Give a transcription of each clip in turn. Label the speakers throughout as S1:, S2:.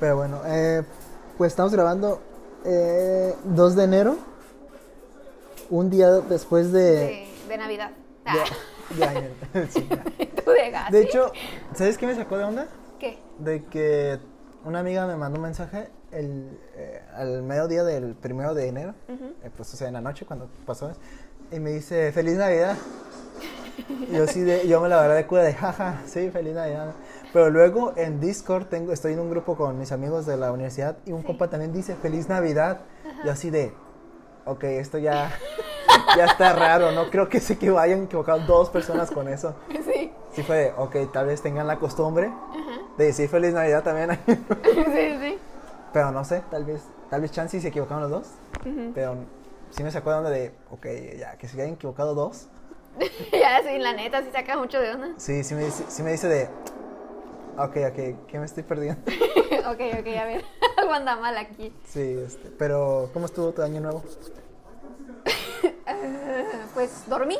S1: Pero bueno, eh, pues estamos grabando eh, 2 de enero, un día después de...
S2: De, de Navidad. Ah,
S1: de- de año. Sí, ya.
S2: tú de gas.
S1: De
S2: ¿sí?
S1: hecho, ¿sabes qué me sacó de onda?
S2: ¿Qué?
S1: De que una amiga me mandó un mensaje el, eh, al mediodía del primero de enero, eh, pues o sea, en la noche cuando pasó eso, y me dice, feliz Navidad. Y Yo sí, de- yo me la verdad de cura de jaja, sí, feliz Navidad. Pero luego en Discord tengo, estoy en un grupo con mis amigos de la universidad y un compa también dice, feliz Navidad. Yo así de, ok, esto ya, ya está raro, no creo que se que vayan equivocado dos personas con eso.
S2: Sí.
S1: Sí fue de, ok, tal vez tengan la costumbre de decir feliz Navidad también.
S2: sí, sí.
S1: pero no sé, tal vez, tal vez Chance y se equivocaron los dos. Pero sí me sacó de onda de, ok, ya, que se hayan equivocado dos.
S2: ya, sí, la neta, sí saca mucho de onda.
S1: Sí, sí me, dice- sí me dice de, ok, ok, ¿qué me estoy perdiendo?
S2: ok, ok, a ver. Algo anda mal aquí.
S1: Sí, este, pero ¿cómo estuvo tu año nuevo?
S2: Eh, Pues dormí.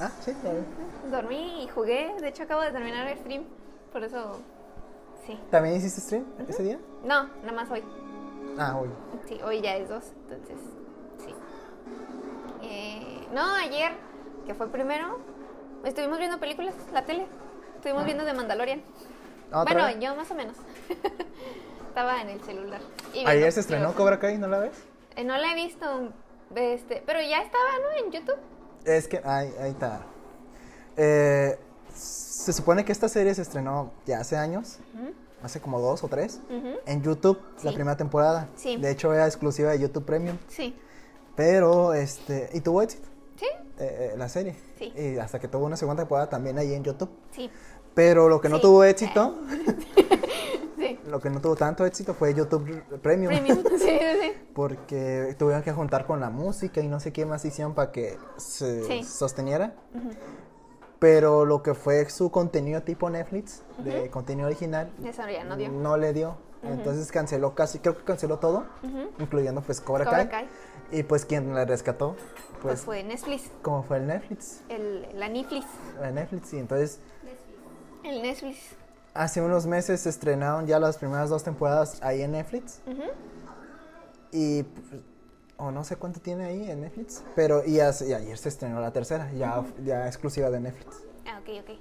S1: Ah, sí, ya vi.
S2: Dormí y jugué. De hecho, acabo de terminar el stream. Por eso. Sí.
S1: ¿También hiciste stream ese día?
S2: No, nada más hoy.
S1: Ah, hoy.
S2: Sí, hoy ya es dos, entonces, sí. Eh, no, ayer, que fue primero, estuvimos viendo películas, la tele. Estuvimos viendo de Mandalorian.
S1: Ah, ¿Otra
S2: bueno,
S1: vez?
S2: yo más o menos. Estaba en el celular. Y viendo-
S1: Ayer se estrenó
S2: digo,
S1: Cobra Kai, ¿no la ves?
S2: eh, no la he visto, este, pero ya estaba, ¿no? En YouTube.
S1: Es que, ahí, ahí está. Eh, se supone que esta serie se estrenó ya hace años, hace como dos o tres,
S2: Ujú.
S1: en YouTube, la
S2: Sí.
S1: primera temporada.
S2: Sí.
S1: De hecho, era exclusiva de YouTube Premium.
S2: Sí.
S1: Pero, este, y tuvo éxito
S2: Sí,
S1: eh, eh, la serie.
S2: Sí.
S1: Y hasta que tuvo una segunda temporada también ahí en YouTube.
S2: sí,
S1: Pero lo que no
S2: Sí.
S1: tuvo éxito,
S2: sí.
S1: lo que no tuvo tanto éxito fue YouTube Premium.
S2: Premium. Sí, sí, sí.
S1: Porque tuvieron que juntar con la música y no sé qué más hicieron para que se
S2: Sí.
S1: sosteniera. Pero lo que fue su contenido tipo Netflix, de contenido original,
S2: Eso ya no dio.
S1: le dio. Entonces canceló casi, creo que canceló todo, incluyendo pues Cobra,
S2: Cobra
S1: Kai.
S2: Kai.
S1: Y pues quien la rescató,
S2: Pues
S1: pues,
S2: fue Netflix,
S1: como fue el Netflix,
S2: el, la Netflix.
S1: la Netflix. Y entonces
S2: El Netflix.
S1: hace unos meses se estrenaron ya las primeras dos temporadas ahí en Netflix.
S2: Ujú.
S1: Y pues, o no sé cuánto tiene ahí en Netflix, pero y, hace- y ayer se estrenó la tercera, ya, ya exclusiva de Netflix.
S2: Ah, ok, ok.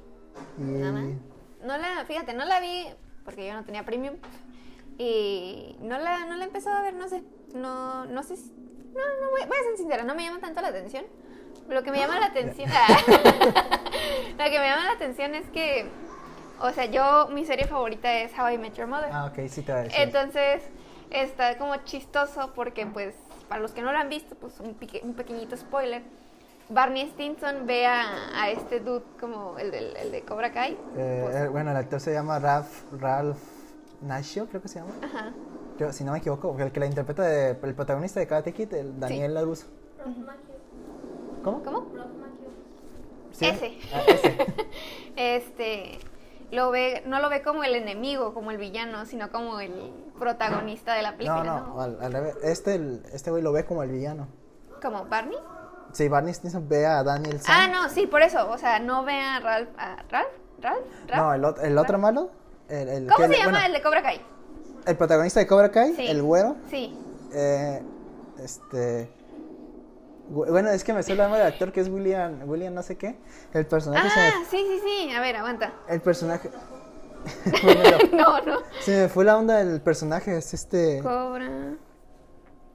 S1: Y
S2: Nada
S1: Mm.
S2: más. No la, fíjate, no la vi porque yo no tenía premium. Y no la, no la he empezado a ver, no sé. No, no sé si- No, no voy, voy a ser sincera, no me llama tanto la atención. Lo que me llama la atención. lo que me llama la atención es que. O sea, yo, mi serie favorita es How I Met Your Mother.
S1: Ah, ok, sí te va a decir.
S2: Entonces, está como chistoso porque, pues, para los que no lo han visto, pues un, pique- un pequeñito spoiler. Barney Stinson ve a, a este dude como el, del- el de Cobra Kai.
S1: Eh,
S2: pues,
S1: eh, bueno, el actor se llama Ralph, Ralph Nashio, creo que se llama.
S2: ajá.
S1: Creo- si no me equivoco, porque el que la interpreta, de- el protagonista de Karate Kid, el Daniel LaRusso. ¿Cómo?
S2: ¿Cómo?
S1: ¿Sí?
S2: Ese.
S1: Ah, ese.
S2: Este lo ve, no lo ve como el enemigo, como el villano, sino como el protagonista de la
S1: No,
S2: película.
S1: no, al, al revés. Este, el- este güey lo ve como el villano.
S2: ¿Como Barney?
S1: Sí, Barney Stinson ve a Daniel San.
S2: Ah, no, sí, por eso. O sea, no ve a Ralph. A ¿Ralph? ¿Ralph? ¿Ralph?
S1: No, el, ot- el otro malo. El, el
S2: ¿Cómo
S1: que
S2: se
S1: le-
S2: llama
S1: bueno,
S2: el de Cobra Kai?
S1: El protagonista de Cobra Kai,
S2: Sí.
S1: el güero.
S2: Sí.
S1: eh, este. gu- Bueno, es que me sé el nombre del actor que es William, William no sé qué. El personaje se
S2: Ah,
S1: me-
S2: sí, sí, sí. A ver, aguanta.
S1: El personaje. Bueno,
S2: no, no.
S1: se me fue la onda del personaje, es este.
S2: Cobra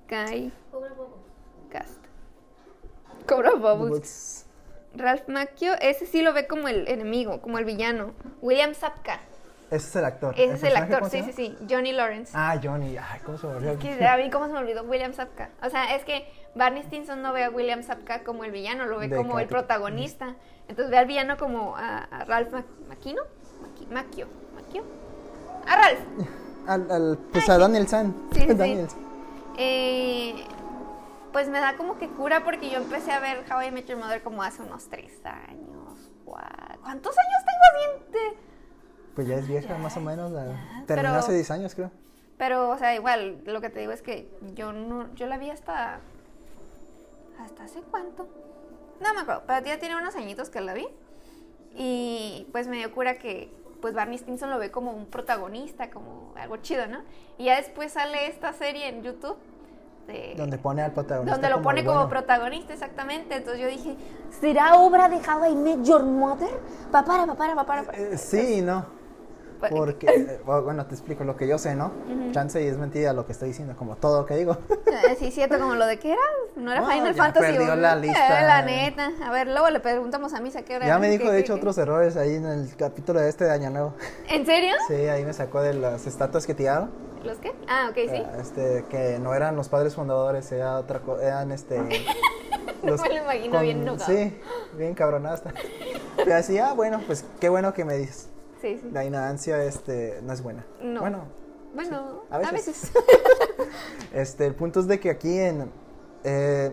S2: Kai. Cast. Cobra Bubbles.
S1: Bubbles.
S2: Ralph Macchio, ese sí lo ve como el enemigo, como el villano. William Sapka,
S1: Ese es el actor.
S2: ese es el
S1: personaje,
S2: actor,
S1: cómo se
S2: sí,
S1: llama?
S2: sí, sí. Johnny Lawrence.
S1: Ah, Johnny. Ay, ¿cómo se me olvidó?
S2: Que a mí cómo se me olvidó William Sapka. O sea, es que Barney Stinson no ve a William Sapka como el villano, lo ve
S1: De
S2: como el
S1: Karate Kid.
S2: protagonista. Entonces ve al villano como a, a Ralph Mac- Macchino, Macchi- Macchio, Macchio. A Ralph.
S1: Al, al- pues a Daniel San.
S2: Sí, sí, sí.
S1: Daniel.
S2: Eh, pues me da como que cura porque yo empecé a ver How I Met Your Mother como hace unos tres años. cua- ¿Cuántos años tengo así? de-
S1: Pues ya es vieja,
S2: Ya,
S1: más o menos. la-
S2: ya,
S1: Terminó
S2: pero-
S1: hace 10 años, creo.
S2: Pero, o sea, igual, lo que te digo es que yo no, yo la vi hasta. ¿Hasta hace cuánto? No me acuerdo, pero ya tiene unos añitos que la vi. Y pues me dio cura que pues Barney Stinson lo ve como un protagonista, como algo chido, ¿no? Y ya después sale esta serie en YouTube. de-
S1: Donde pone al protagonista.
S2: donde lo
S1: como
S2: pone
S1: el
S2: como
S1: bueno.
S2: protagonista, exactamente. Entonces yo dije, ¿será obra de How I Met Your Mother? Papara, papara, papara. papara.
S1: Eh,
S2: Pues,
S1: sí, no.
S2: Pa-
S1: Porque, eh, bueno, te explico lo que yo sé, ¿no? Chance y es mentira lo que estoy diciendo, como todo lo que digo.
S2: Eh, Sí, cierto, como lo de que era, no era
S1: No,
S2: Final
S1: ya
S2: Fantasy.
S1: perdió
S2: un-
S1: la lista.
S2: Eh, la neta. A ver, luego le preguntamos a Misa qué hora
S1: ya
S2: era,
S1: me dijo,
S2: qué-
S1: de
S2: qué-
S1: hecho,
S2: qué-
S1: otros errores ahí en el capítulo de este de Año Nuevo.
S2: ¿En serio?
S1: Sí, ahí me sacó de las estatuas que tiraron.
S2: ¿Los qué? Ah, ok, sí.
S1: Ah, Este, que no eran los padres fundadores, era otra co- eran este...
S2: me lo imagino bien enojado.
S1: Sí, bien cabronada hasta. Pero así, ah, bueno, pues qué bueno que me dices.
S2: Sí, sí.
S1: La ignorancia este, no es buena.
S2: No.
S1: Bueno,
S2: Bueno,
S1: a
S2: a
S1: veces.
S2: veces.
S1: Este, el punto es de que aquí en. eh,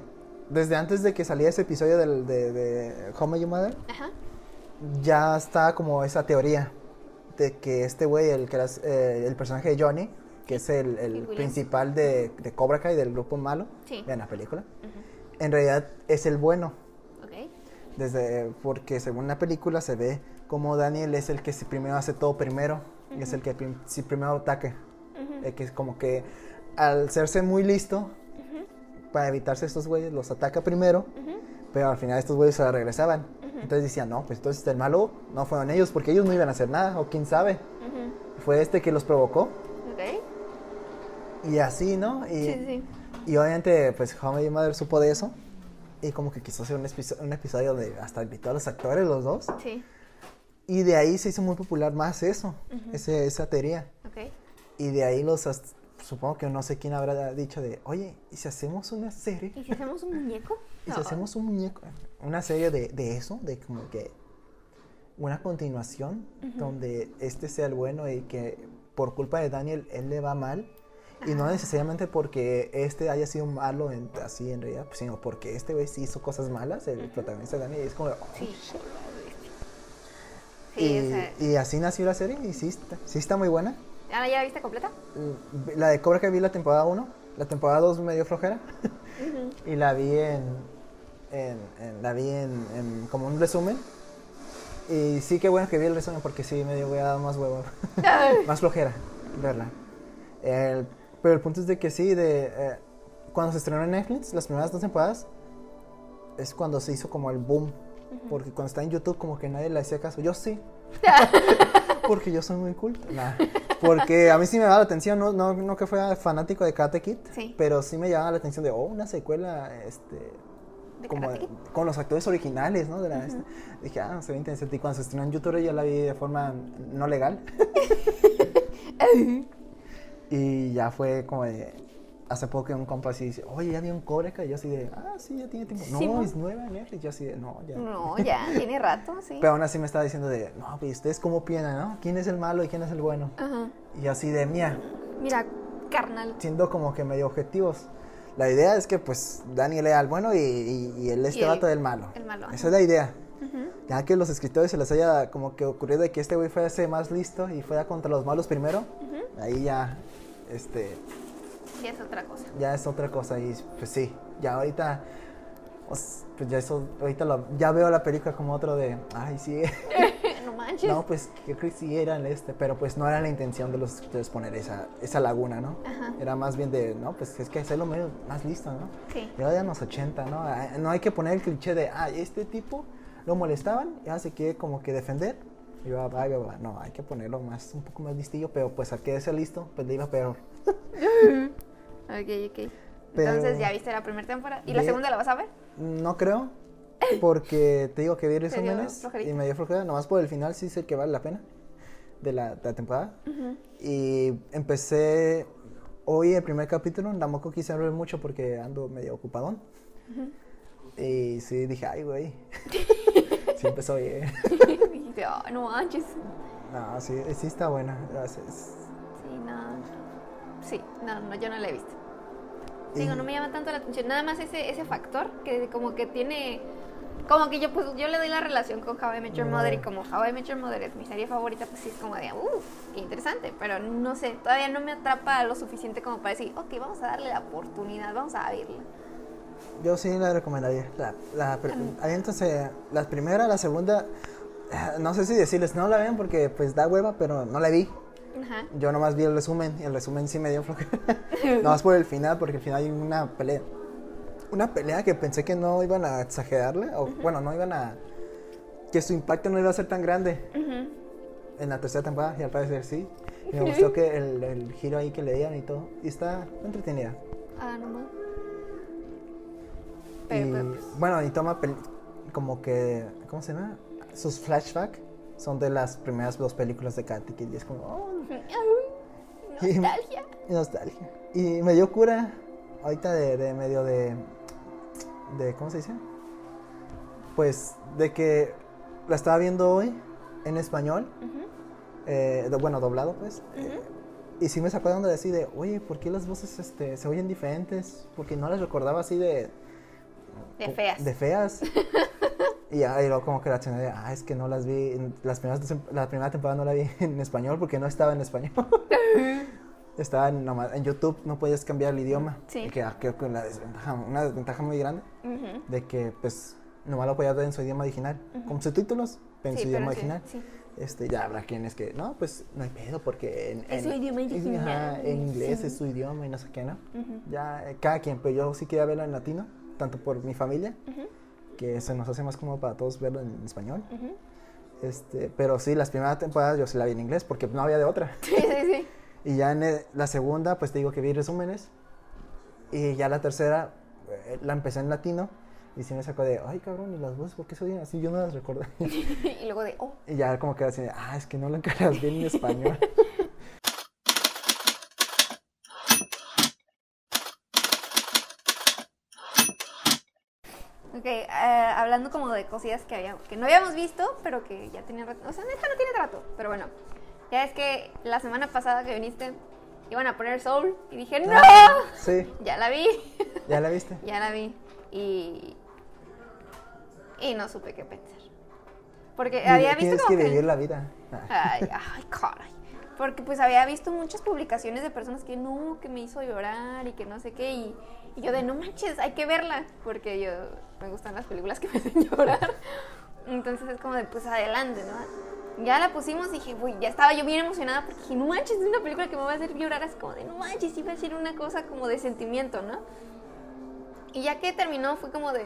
S1: desde antes de que salía ese episodio del, de, de Home Your Mother,
S2: Ajá.
S1: ya está como esa teoría de que este güey, el, que las- eh, el personaje de Johnny, que es el, el
S2: Y William.
S1: principal de, de Cobra Kai, del grupo malo,
S2: Sí.
S1: en la película,
S2: Ujú.
S1: en realidad es el bueno.
S2: Ok.
S1: Desde, porque según la película se ve como Daniel es el que si primero hace todo primero, y es el que prim- si primero ataque.
S2: Ujú.
S1: Eh, que es como que al serse muy listo, para evitarse estos güeyes, los ataca primero,
S2: Ujú.
S1: pero al final estos güeyes se la regresaban.
S2: Ujú.
S1: Entonces decían, no, pues entonces el malo no fueron ellos, porque ellos no iban a hacer nada, o quién sabe.
S2: Ujú.
S1: Fue este que los provocó,
S2: Ok.
S1: y así, ¿no? Y,
S2: Sí, sí.
S1: y obviamente, pues Homie Mother supo de eso, y como que quiso hacer un, episo- un episodio donde hasta invitó a los actores, los dos,
S2: Sí.
S1: y de ahí se hizo muy popular más eso,
S2: Ujú.
S1: ese- esa teoría.
S2: Ok.
S1: Y de ahí los, as- supongo que no sé quién habrá dicho de, oye, ¿y si hacemos una serie?
S2: ¿Y si hacemos un muñeco?
S1: ¿Y si
S2: No.
S1: hacemos un muñeco, una serie de, de eso? De como que una continuación donde este sea el bueno y que por culpa de Daniel él le va mal. Y no necesariamente porque este haya sido malo en- así en realidad, sino porque este güey sí hizo cosas malas, el protagonista Daniel. Y es como, oh,
S2: Sí. Sí,
S1: y,
S2: o sea,
S1: y así nació la serie y sí está, sí está muy buena.
S2: ¿ahora ya la viste completa?
S1: Mm, La de Cobra que vi la temporada 1, la temporada 2 medio flojera. Y la vi en, en- en- la vi en, en como un resumen. Y sí que bueno que vi el resumen porque sí me dio voy a dar más huevo, más flojera verla. El- pero el punto es de que sí, de eh, cuando se estrenó en Netflix, las primeras dos temporadas es cuando se hizo como el boom. Porque cuando está en YouTube como que nadie le hacía caso. Yo sí. porque yo soy muy culto. Nah. Porque a mí sí me daba la atención, no, no, no que fuera fanático de Karate Kid,
S2: Sí.
S1: pero sí me llamaba la atención de, oh, una secuela este,
S2: ¿De
S1: como
S2: Karate Kid?
S1: con los actores originales, ¿no? De la, esta. Dije, ah, se ve interesante. Y cuando se estrenó en YouTube yo la vi de forma no legal. y ya fue como de, hace poco que un compa así dice, oye, ya vi un Cobra Kai. Y yo así de, ah, sí, ya tiene tiempo. No,
S2: Sí, ¿no?
S1: es nueva en Netflix. Yo así de, no, ya.
S2: No, ya, tiene rato, sí.
S1: Pero aún así me estaba diciendo de, no, pues ustedes cómo opinan, ¿no? ¿Quién es el malo y quién es el bueno?
S2: Ajá.
S1: Y así de, mía,
S2: Mira, carnal.
S1: siendo como que medio objetivos. La idea es que pues Daniel era el bueno y, y- y el este
S2: Y el-
S1: vato era el malo.
S2: el malo, ajá.
S1: Esa es la idea.
S2: Ujú.
S1: Ya que los escritores se les haya como que ocurrido de que este güey fuese más listo y fuera contra los malos primero, ahí ya, este,
S2: Ya es otra cosa.
S1: ya es otra cosa y pues sí, ya ahorita, o s- pues ya eso, ahorita lo- ya veo la película como otro de, ay sí,
S2: no manches.
S1: no pues yo creo que sí era el este, pero pues no era la intención de los escritores poner esa, esa laguna, ¿no?
S2: Ajá.
S1: Era más bien de, no, pues es que es lo menos más listo, ¿no?
S2: Sí.
S1: Ya de los 80, ¿no? Ah, No hay que poner el cliché de, ah, este tipo lo molestaban y ahora se quiere como que defender. Y va, va, va, va. No, hay que ponerlo más, un poco más listillo, pero pues al que sea listo, pues le iba peor.
S2: Ok, ok.
S1: Pero-
S2: Entonces ya viste la primera temporada. ¿Y la
S1: Ve-
S2: segunda la vas a ver?
S1: No creo, porque te digo que vi
S2: dio
S1: resúmenes
S2: flojerita.
S1: y me dio flojera. Nomás por el final sí sé que vale la pena de la, de la temporada. Y empecé hoy el primer capítulo. Tampoco quise hablar mucho porque ando medio ocupadón. Y sí dije, ay, güey. sí empezó bien.
S2: Dijiste, "Ah, no manches. Sí,
S1: No, sí, sí está buena. gracias.
S2: no. Sí, no, no, yo no la he visto.
S1: Y-
S2: Digo, no me llama tanto la atención. Nada más ese, ese factor que como que tiene. Como que yo pues yo le doy la relación con How I Met Your Mother y
S1: Mother.
S2: como How I Met Your Mother es mi serie favorita, pues sí es como de, uh, qué interesante. Pero no sé, todavía no me atrapa lo suficiente como para decir, ok, vamos a darle la oportunidad, vamos a abrirla. Ah.
S1: Yo sí la recomendaría. La, la, pr- ahí entonces, la primera, la segunda, no sé si decirles, no la vean porque pues da hueva, pero no la vi.
S2: Ajá.
S1: Yo nomás vi el resumen y el resumen sí me dio flojera. nomás por el final, porque al final hay una pelea. Una pelea que pensé que no iban a exagerarle, o bueno, no iban a. que su impacto no iba a ser tan grande
S2: Ujú.
S1: en la tercera temporada, y al parecer sí. Y me gustó que el, el giro ahí que le dieron y todo. Y está entretenida.
S2: Ah, no más.
S1: Y,
S2: Pero, pero, pues,
S1: Bueno, y toma pel- como que. ¿Cómo se llama? Sus flashbacks son de las primeras dos películas de Katy Kid, y es como. "Oh,
S2: ay,
S1: Y-
S2: Nostalgia.
S1: Y nostalgia. Y me dio cura ahorita de, de medio de, de. ¿Cómo se dice? Pues de que la estaba viendo hoy en español,
S2: Ujú.
S1: eh, do- bueno, doblado pues. eh, y sí me sacó de onda de así de, oye, ¿por qué las voces este, se oyen diferentes? Porque no las recordaba así de.
S2: De
S1: co-
S2: feas.
S1: De feas. y ya, y luego como que la chingada de, ah, es que no las vi, en- las primeras, tem- la primera temporada no la vi en español porque no estaba en español. estaba en, nomás- en YouTube, no podías cambiar el idioma.
S2: Sí.
S1: Y Que ah, creo que la desventaja, una desventaja muy grande
S2: Ujú.
S1: de que pues nomás lo podías ver en su idioma original, con subtítulos, pero en
S2: Sí,
S1: su
S2: pero
S1: idioma
S2: sí,
S1: original.
S2: sí.
S1: Este, ya habrá quienes que, no, pues no hay pedo porque en, en-
S2: Es su idioma
S1: en-
S2: original,
S1: ajá, en inglés
S2: sí.
S1: es su idioma y no sé qué, ¿no?
S2: Ujú.
S1: Ya, eh, cada quien, pero yo sí quería verlo en latino, tanto por mi familia,
S2: Ujú.
S1: que se nos hace más cómodo para todos verlo en español.
S2: Ujú.
S1: Este, pero sí, las primeras temporadas yo sí la vi en inglés porque no había de otra.
S2: Sí, sí, sí.
S1: Y ya en eh, la segunda, pues te digo que vi resúmenes. Y ya la tercera, eh, la empecé en latino. Y sí me sacó de, ay cabrón, ¿y las voces por qué se oyen así? Yo no las recordé.
S2: Y luego de, oh,
S1: y ya como que así, de, ah, es que no lo encaras bien en español.
S2: Ok, eh, hablando como de cosillas que, habíamos, que no habíamos visto, pero que ya tenían rato. O sea, esta no tiene rato, pero bueno. Ya es que la semana pasada que viniste iban a poner Soul y dije, ¡No!
S1: sí,
S2: Ya la vi,
S1: ya la viste.
S2: ya la vi. Y. Y no supe qué pensar. Porque Eh, había
S1: Vive-
S2: visto
S1: Tienes
S2: como
S1: que
S2: que-
S1: vivir la vida. Ah.
S2: Ay, ay, caray. Porque pues había visto muchas publicaciones de personas que no, que me hizo llorar y que no sé qué. Y, y yo de no manches, hay que verla. Porque yo me gustan las películas que me hacen llorar. Entonces es como de pues adelante, ¿no? Ya la pusimos y dije, uy, ya estaba yo bien emocionada porque dije, no manches, es una película que me va a hacer llorar. Es como de no manches, iba a ser una cosa como de sentimiento, ¿no? Y ya que terminó fue como de...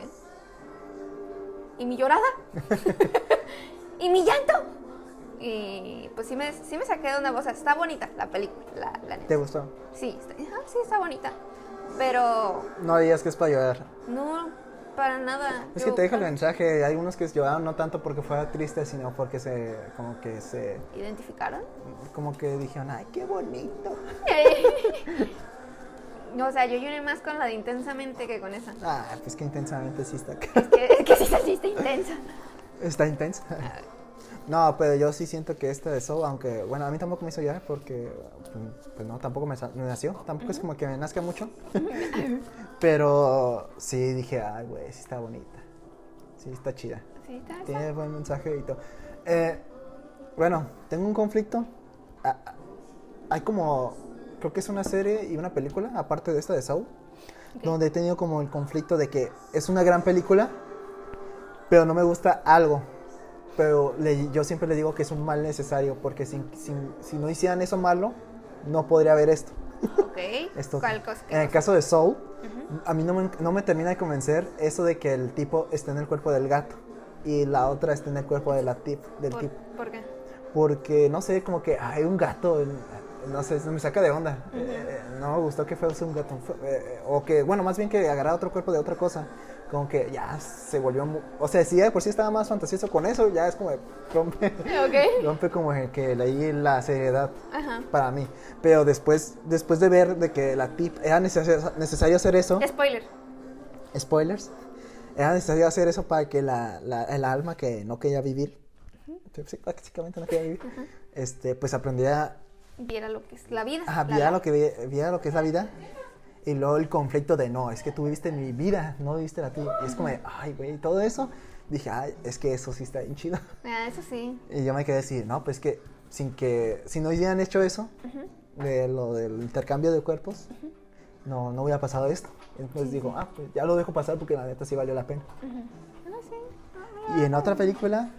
S2: ¿Y mi llorada? ¿Y mi llanto? Y pues sí me, sí me saqué de una voz. está bonita la película, la, la neta.
S1: ¿Te gustó?
S2: Sí, está, ajá, sí, está bonita. Pero
S1: No digas que es para llorar.
S2: no, para nada.
S1: Es
S2: Yo-
S1: que te deja el mensaje, hay unos que lloraron no tanto porque fuera triste, sino porque se, como que se,
S2: ¿Identificaron?
S1: como que dijeron, ay, qué bonito.
S2: o sea, yo lloré más con la de intensamente que con esa.
S1: Ah, pues que intensamente sí está acá.
S2: Es que, es que sí, está- sí está intensa.
S1: Está intensa. No, pero yo sí siento que esta de Soul, aunque, bueno, a mí tampoco me hizo llorar porque, pues, pues no, tampoco me, sa- me nació, tampoco es como que me nazca mucho. pero sí dije, ay, güey, sí está bonita. Sí está chida.
S2: Sí, está- está-
S1: Tiene buen mensaje y todo. Eh, bueno, tengo un conflicto. Ah, ah, Hay como, creo que es una serie y una película, aparte de esta de Saul, donde he tenido como el conflicto de que es una gran película, pero no me gusta algo. Pero le- yo siempre le digo que es un mal necesario, porque sin- sin- si no hicieran eso malo, no podría haber esto.
S2: Ok.
S1: Esto- Eh,
S2: ¿Cuál cosa?
S1: en el caso de Soul, a mí no me, no me termina de convencer eso de que el tipo está en el cuerpo del gato y la otra está en el cuerpo de la tip, del
S2: ¿Por,
S1: tipo.
S2: por qué?
S1: Porque, no sé, como que hay un gato, en- no sé, me saca de onda. Eh, no me gustó que fuese un gato. fue- eh, o que, bueno, más bien que agarrara otro cuerpo de otra cosa. Como que ya se volvió... mu- O sea, si ya de por sí estaba más fantasioso con eso, ya es como... de- Rompe,
S2: Ok.
S1: rompe como el que leí la seriedad
S2: Ajá.
S1: para mí. Pero después, después de ver de que la tip era neces- necesario hacer eso,
S2: Spoiler.
S1: spoilers, era necesario hacer eso para que la, la- el alma que no quería vivir, sí, prácticamente no quería vivir, este, pues aprendiera
S2: Viera lo que es la vida.
S1: a
S2: la-
S1: viera lo que vi- viera lo que es la vida. Y luego el conflicto de no, es que tú viviste mi vida, no viviste la tuya. Y es como de, ay, güey, todo eso. Dije, ay, es que eso sí está bien chido.
S2: Ah, eso sí.
S1: Y yo me quedé así, no, pues que sin que, si no hubieran hecho eso, de lo del intercambio de cuerpos, no, no hubiera pasado esto. Entonces digo, ah,
S2: Ah,
S1: pues ya lo dejo pasar porque la neta sí valió la pena.
S2: No sé.
S1: Y en otra película,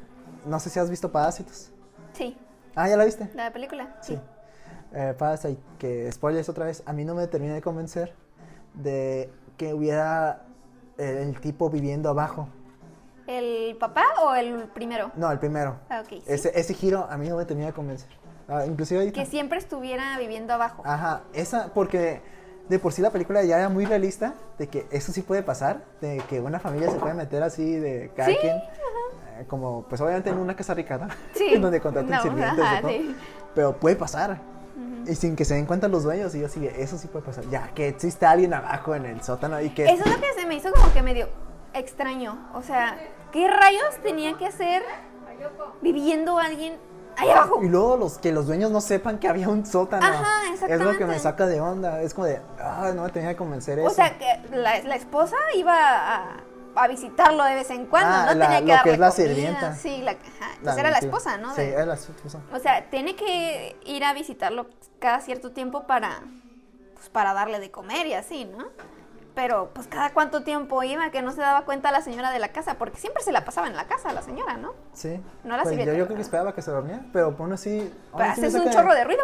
S1: No sé si has visto Parásitos.
S2: Sí,
S1: Ah, ¿ya la viste?
S2: la película.
S1: Sí. Eh, Parasite, que spoilers otra vez, a mí no me terminé de convencer de que hubiera eh, el tipo viviendo abajo.
S2: ¿El papá o el primero?
S1: No, el primero.
S2: Ah, ok. sí.
S1: Ese, ese giro a mí no me termina de convencer. Ah, inclusive ahorita.
S2: Que siempre estuviera viviendo abajo.
S1: Ajá, esa, porque de por sí la película ya era muy realista, de que eso sí puede pasar, de que una familia se puede meter así de cada
S2: Sí,
S1: quien. eh, Como, pues obviamente en una casa rica, ¿no?
S2: Sí.
S1: Donde contratan
S2: No,
S1: sirvientes,
S2: ajá,
S1: ¿no?
S2: sí.
S1: Pero puede pasar. Y sin que se den cuenta los dueños, y yo así, de, eso sí puede pasar. Ya, que existe alguien abajo en el sótano y que...
S2: Eso es lo que se me hizo como que medio extraño. O sea, ¿qué rayos tenía que hacer viviendo alguien ahí abajo?
S1: Y luego los que los dueños no sepan que había un sótano.
S2: Ajá,
S1: Es lo que me
S2: exactamente.
S1: saca de onda. Es como de, ah, no me tenía que convencer eso.
S2: O sea, que la, la esposa iba a, a visitarlo de vez en cuando,
S1: Ah,
S2: no
S1: la-
S2: tenía que
S1: lo
S2: darle
S1: que es la
S2: comida.
S1: sirvienta.
S2: Sí, la, ajá,
S1: La
S2: pues era la
S1: mentira.
S2: esposa, ¿no?
S1: Sí,
S2: De-
S1: era la esposa.
S2: O sea, tiene que ir a visitarlo cada cierto tiempo para, pues, para darle de comer y así, ¿no? Pero pues cada cuánto tiempo iba que no se daba cuenta la señora de la casa, porque siempre se la pasaba en la casa la señora, ¿no?
S1: Sí.
S2: No la
S1: Pues
S2: sirvienta,
S1: yo, yo
S2: ¿verdad?
S1: creo que esperaba que se dormía, pero aún así.
S2: Pero
S1: aún así me
S2: haces un
S1: saca
S2: chorro de ruido.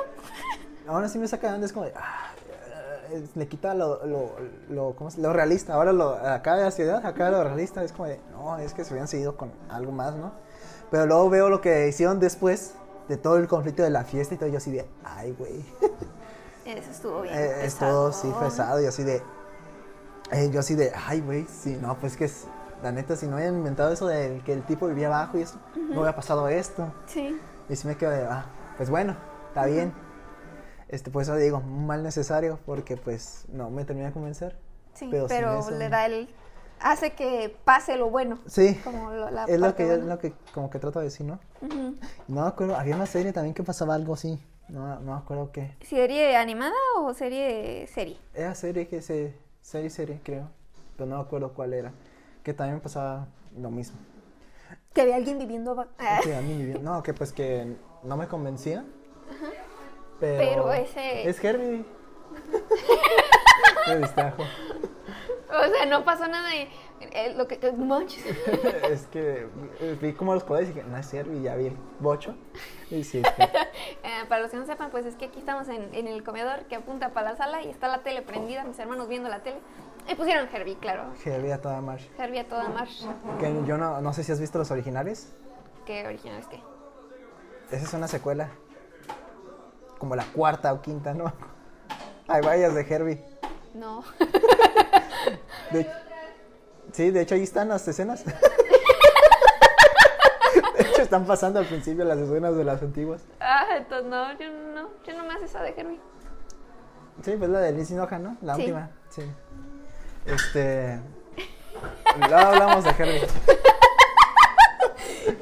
S1: Aún así me saca de onda, es como de. ah, eh, le quita lo, lo, lo, ¿cómo es? lo realista. Ahora lo, acá de la ciudad, acá lo realista, es como de. No, es que se hubieran seguido con algo más, ¿no? Pero luego veo lo que hicieron después de todo el conflicto de la fiesta y todo. Yo así de. Ay, güey.
S2: Eso estuvo bien.
S1: Eh, es
S2: pesado.
S1: todo sí pesado y así de eh, yo así de ay güey sí no pues que es- la neta si no hubieran inventado eso del que el tipo vivía abajo y eso no hubiera pasado esto
S2: Sí.
S1: y sí me quedo de ah pues bueno está bien este pues eso digo un mal necesario porque pues no me termina de convencer
S2: Sí,
S1: Pero
S2: pero,
S1: sin eso-
S2: le da el... Hace que pase lo bueno.
S1: sí
S2: Como lo- la
S1: es lo
S2: parte
S1: que yo-
S2: buena.
S1: lo que como que trato de decir no
S2: Ujú.
S1: no me acuerdo había una serie también que pasaba algo así no no me acuerdo qué
S2: ¿Serie animada o serie serie?
S1: Era serie que se. Serie, serie, creo. Pero no me acuerdo cuál era. Que también pasaba lo mismo.
S2: Que había alguien viviendo abajo.
S1: Que a mí me dio- no, que pues que no me convencía. Pero,
S2: Pero ese-
S1: Es Herbie. me distrajo.
S2: O sea, no pasó nada de eh, lo que, que- manches.
S1: es que eh, vi como los colores y dije, no es Herbie, ya vi el bocho. Y sí, está.
S2: Eh, para los que no sepan, pues es que aquí estamos en, en el comedor que apunta para la sala y está la tele prendida, mis hermanos viendo la tele. Y pusieron Herbie, claro.
S1: Herbie a toda marcha.
S2: Herbie a toda marcha.
S1: Que yo no, no sé si has visto los originales.
S2: Que original es que.
S1: Esa es una secuela. Como la cuarta o quinta, ¿no? Hay varias de Herbie.
S2: No.
S1: De- sí, de hecho ahí están las escenas. de hecho están pasando al principio las escenas de las antiguas.
S2: ah, entonces no, yo no. Yo nomás esa de Herbie.
S1: Sí, pues la de Liz Hinoja, ¿no? La
S2: Sí.
S1: última. Sí. Este. Luego hablamos de Herbie.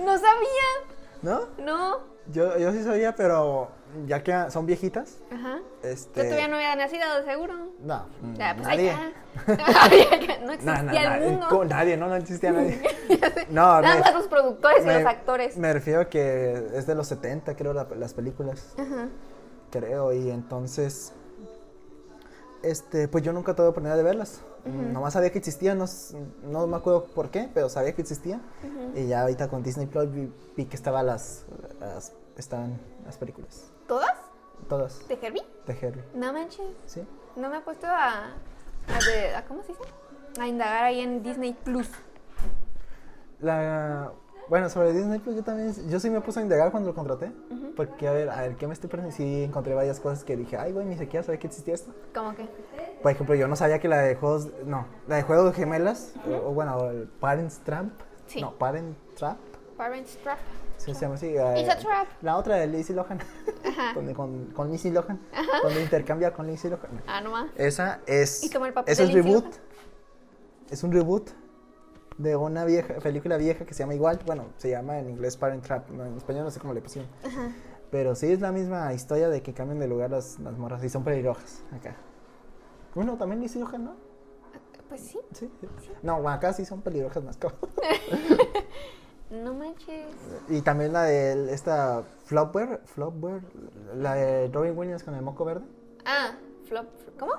S2: No sabía.
S1: ¿No?
S2: No.
S1: Yo, yo sí sabía, pero ya que son viejitas.
S2: Ajá.
S1: Este.
S2: Yo todavía no había nacido, de seguro.
S1: No,
S2: Ah, pues ahí
S1: nadie.
S2: está. no
S1: No,
S2: existía
S1: no,
S2: el
S1: no,
S2: mundo.
S1: con nadie, no, no existía nadie. No,
S2: Nada
S1: me-
S2: más los productores y
S1: me-
S2: los actores.
S1: Me refiero a que es de los 70, creo, la- las películas.
S2: Ajá.
S1: creo, y entonces, este, pues yo nunca tuve oportunidad de verlas. Nomás sabía que existía, no, s- no me acuerdo por qué, pero sabía que existía. Y ya ahorita con Disney Plus vi, vi que estaban las, las- estaban las películas,
S2: ¿Todas?
S1: todas
S2: ¿De Herbie?
S1: de Herbie,
S2: No manches.
S1: ¿sí?
S2: No me he puesto a, a, de- a- ¿cómo se dice? A indagar ahí en Disney Plus.
S1: La, bueno, sobre Disney Plus yo también, yo sí me puse a indagar cuando lo contraté, porque a ver, a ver, ¿qué me estoy perdiendo? Sí encontré varias cosas que dije, ay, güey, ni siquiera sabía que existía esto.
S2: Como que.
S1: Por ejemplo, yo no sabía que la de juegos, no, la de juegos de gemelas, o, o bueno, o el Parents Trap,
S2: Sí.
S1: no, Parent Trap,
S2: Parents Trap.
S1: sí, se llama así. eh,
S2: It's a trap.
S1: La otra de Lindsay Lohan, donde con, con Lindsay Lohan, donde intercambia con Lindsay Lohan.
S2: Ah, no más.
S1: Esa es,
S2: Y como el papel
S1: eso
S2: de
S1: es
S2: Lindsay
S1: reboot,
S2: Lohan.
S1: es un reboot de una vieja, película vieja que se llama igual, bueno, se llama en inglés Parent Trap, no, en español no sé cómo le pusieron. Pero sí es la misma historia de que cambian de lugar las, las morras y son pelirrojas acá. Bueno, también Lindsay Lohan, ¿no?
S2: Pues sí,
S1: Sí. No, bueno, acá sí son pelirrojas más cabrón.
S2: no manches.
S1: Y también la de esta Flopware, Flopware, la de Robin Williams con el moco verde.
S2: Ah, flop. ¿Cómo?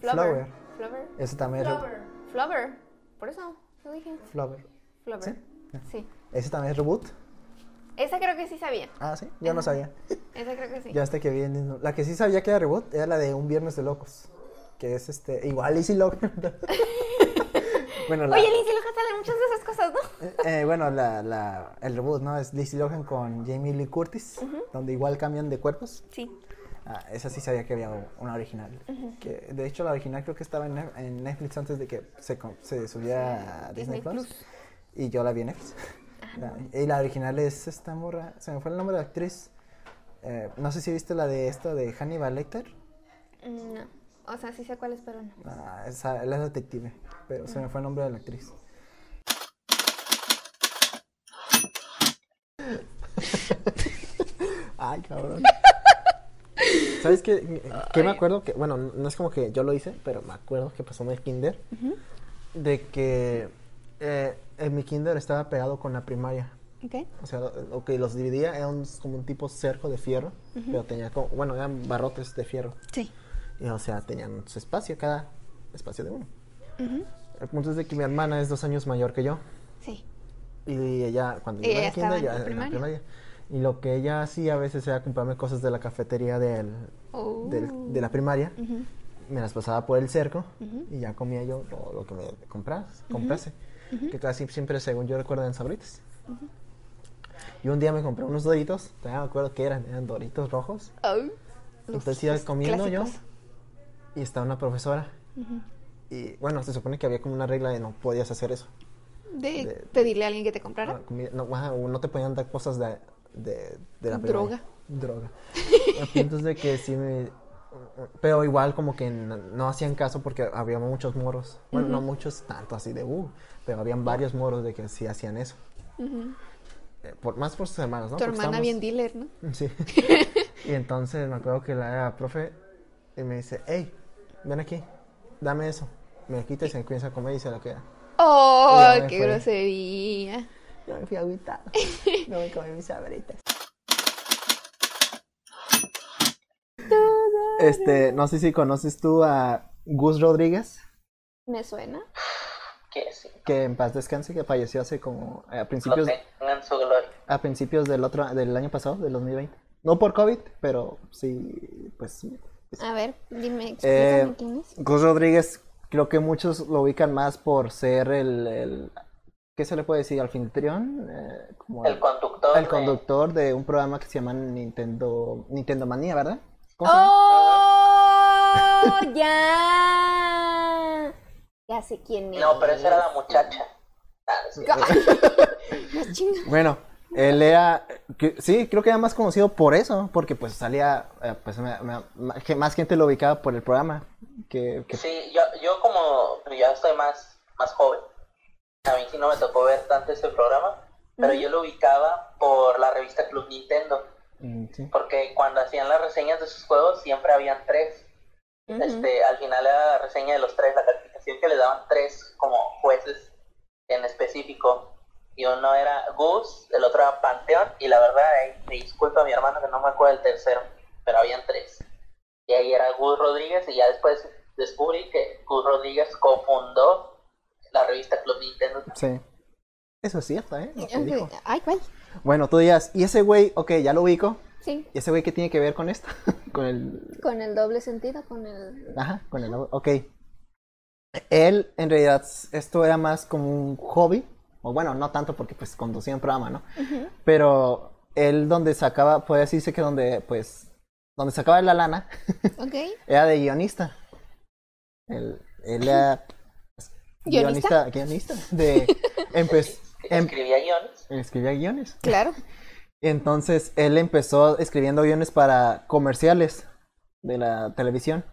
S1: Flower.
S2: Flower.
S1: Eso también es re-
S2: Flower. Por eso lo dije.
S1: Flower.
S2: Flower.
S1: ¿Sí?
S2: Sí.
S1: Ese también es reboot.
S2: Esa creo que sí sabía.
S1: Ah, sí, yo no sabía.
S2: Esa creo que sí.
S1: Ya hasta que vi en Disney- La que sí sabía que era reboot era la de Un Viernes de Locos. Que es este. Igual Easy Locker. bueno, la,
S2: Oye, Lindsay Lohan sale en muchas de esas cosas, ¿no?
S1: eh, bueno la, la- el reboot, ¿no? Es Lizzie Lohan con Jamie Lee Curtis, donde igual cambian de cuerpos.
S2: Sí.
S1: Ah, esa sí sabía que había una original. que, de hecho, la original creo que estaba en, Nef- en Netflix antes de que se, co- se subiera a Disney,
S2: Disney
S1: Plus.
S2: Plus. Ah,
S1: Y yo la vi en Netflix. La- y la original es esta morra. Se me fue el nombre de la actriz. Eh, no sé si viste la de esta de Hannibal Lecter.
S2: Mm, No. O sea, sí sé cuál es, pero no.
S1: Ah, esa, él es detective, pero se me fue el nombre de la actriz. Ay, cabrón. ¿Sabes qué? Que me acuerdo que, bueno, no es como que yo lo hice, pero me acuerdo que pasó en el kinder, de que eh, en mi kinder estaba pegado con la primaria.
S2: Ok.
S1: O sea, lo que los dividía era un- como un tipo cerco de fierro, pero tenía como, bueno, eran barrotes de fierro.
S2: Sí.
S1: Y, Eh, o sea, tenían su espacio, cada espacio de uno. El punto es de que mi hermana es dos años mayor que yo.
S2: Sí.
S1: Y ella, cuando
S2: Y
S1: yo iba
S2: ella
S1: en kinder,
S2: estaba en
S1: yo era
S2: la
S1: en la
S2: primaria.
S1: primaria. Y lo que ella hacía a veces era comprarme cosas de la cafetería del,
S2: Oh.
S1: del- de la primaria.
S2: Ujú.
S1: Me las pasaba por el cerco y ya comía yo lo, lo que me compras, comprase. Que casi siempre, según yo recuerdo, eran sabritas. Y un día me compré unos doritos, todavía me acuerdo que eran, eran doritos rojos.
S2: Oh.
S1: Entonces iba comiendo
S2: clásicos.
S1: yo y estaba una profesora. Y bueno, se supone que había como una regla de no podías hacer eso.
S2: De,
S1: De-
S2: pedirle a alguien que te
S1: Ah,
S2: comprara.
S1: comida- No, ajá, o no te podían dar cosas de, de, de la primaria.
S2: Droga.
S1: Droga. Entonces de que sí me... Pero igual como que no, no hacían caso porque había muchos morros. Bueno, no muchos tanto así de uh, pero habían varios morros de que sí hacían eso. Eh, por, más por sus hermanos, ¿no?
S2: tu
S1: Porque
S2: hermana
S1: estábamos-
S2: bien dealer, ¿no?
S1: Sí. y entonces me acuerdo que la la profe y me dice, hey, ven aquí, dame eso. Me lo quita y se empieza a comer y se lo queda.
S2: ¡Oh,
S1: Y ya me
S2: qué
S1: fue.
S2: grosería!
S1: Yo me fui agüitado. No me comí mis sabritas. Este, no sé si conoces tú a Gus Rodríguez,
S2: ¿Me suena?
S3: que sí,
S1: que en paz descanse, que falleció hace como eh, a
S3: lo
S1: principios,
S3: tengan su gloria.
S1: a principios del otro, del año pasado, del 2020. No por COVID, pero sí, pues
S2: A ver, dime, explícame
S1: Eh,
S2: quién es.
S1: Gus Rodríguez, creo que muchos lo ubican más por ser el, el- ¿qué se le puede decir? Anfitrión, eh, como
S3: El conductor.
S1: el
S3: de-
S1: conductor de un programa que se llama Nintendo Nintendo Manía, ¿verdad? ¿Cómo se llama?
S2: ¡Oh! ¡Ya! Ya sé quién es.
S3: No, pero esa era la muchacha. Ah, sí.
S2: La chinga.
S1: Bueno, él era, que- sí, creo que era más conocido por eso, porque pues salía, eh, pues me- me- ma- que más gente lo ubicaba por el programa que, que-
S3: Sí, yo, yo como ya estoy más, más joven, a mí sí no me tocó ver tanto ese programa, pero yo lo ubicaba por la revista Club Nintendo,
S1: mm, sí.
S3: porque cuando hacían las reseñas de sus juegos siempre habían tres. este, al final era la reseña de los tres, la calificación que le daban tres como jueces en específico. Y uno era Gus, el otro era Panteón, y la verdad, ahí me disculpo a mi hermano que no me acuerdo del tercero, pero habían tres. Y ahí era Gus Rodríguez, y ya después descubrí que Gus Rodríguez cofundó la revista Club Nintendo.
S1: Sí. Eso es cierto, ¿eh? Lo que dijo.
S2: Ay, ¿cuál?
S1: Bueno, tú dirás, ¿y ese güey? Ok, ya lo ubico.
S2: Sí,
S1: ¿Y ese güey qué tiene que ver con esto? con el.
S2: con el doble sentido, con el...
S1: Ajá, con el. Ok. Él, en realidad, s- esto era más como un hobby. O bueno, no tanto porque pues conducía un programa, ¿no? Pero él donde sacaba, puede decirse que donde, pues, donde sacaba la lana,
S2: ¿Ok?
S1: era de guionista. Él, él era pues,
S2: ¿Guionista?
S1: guionista. De, empe- em-
S3: Escribía guiones.
S1: escribía guiones.
S2: Claro.
S1: Entonces él empezó escribiendo guiones para comerciales de la televisión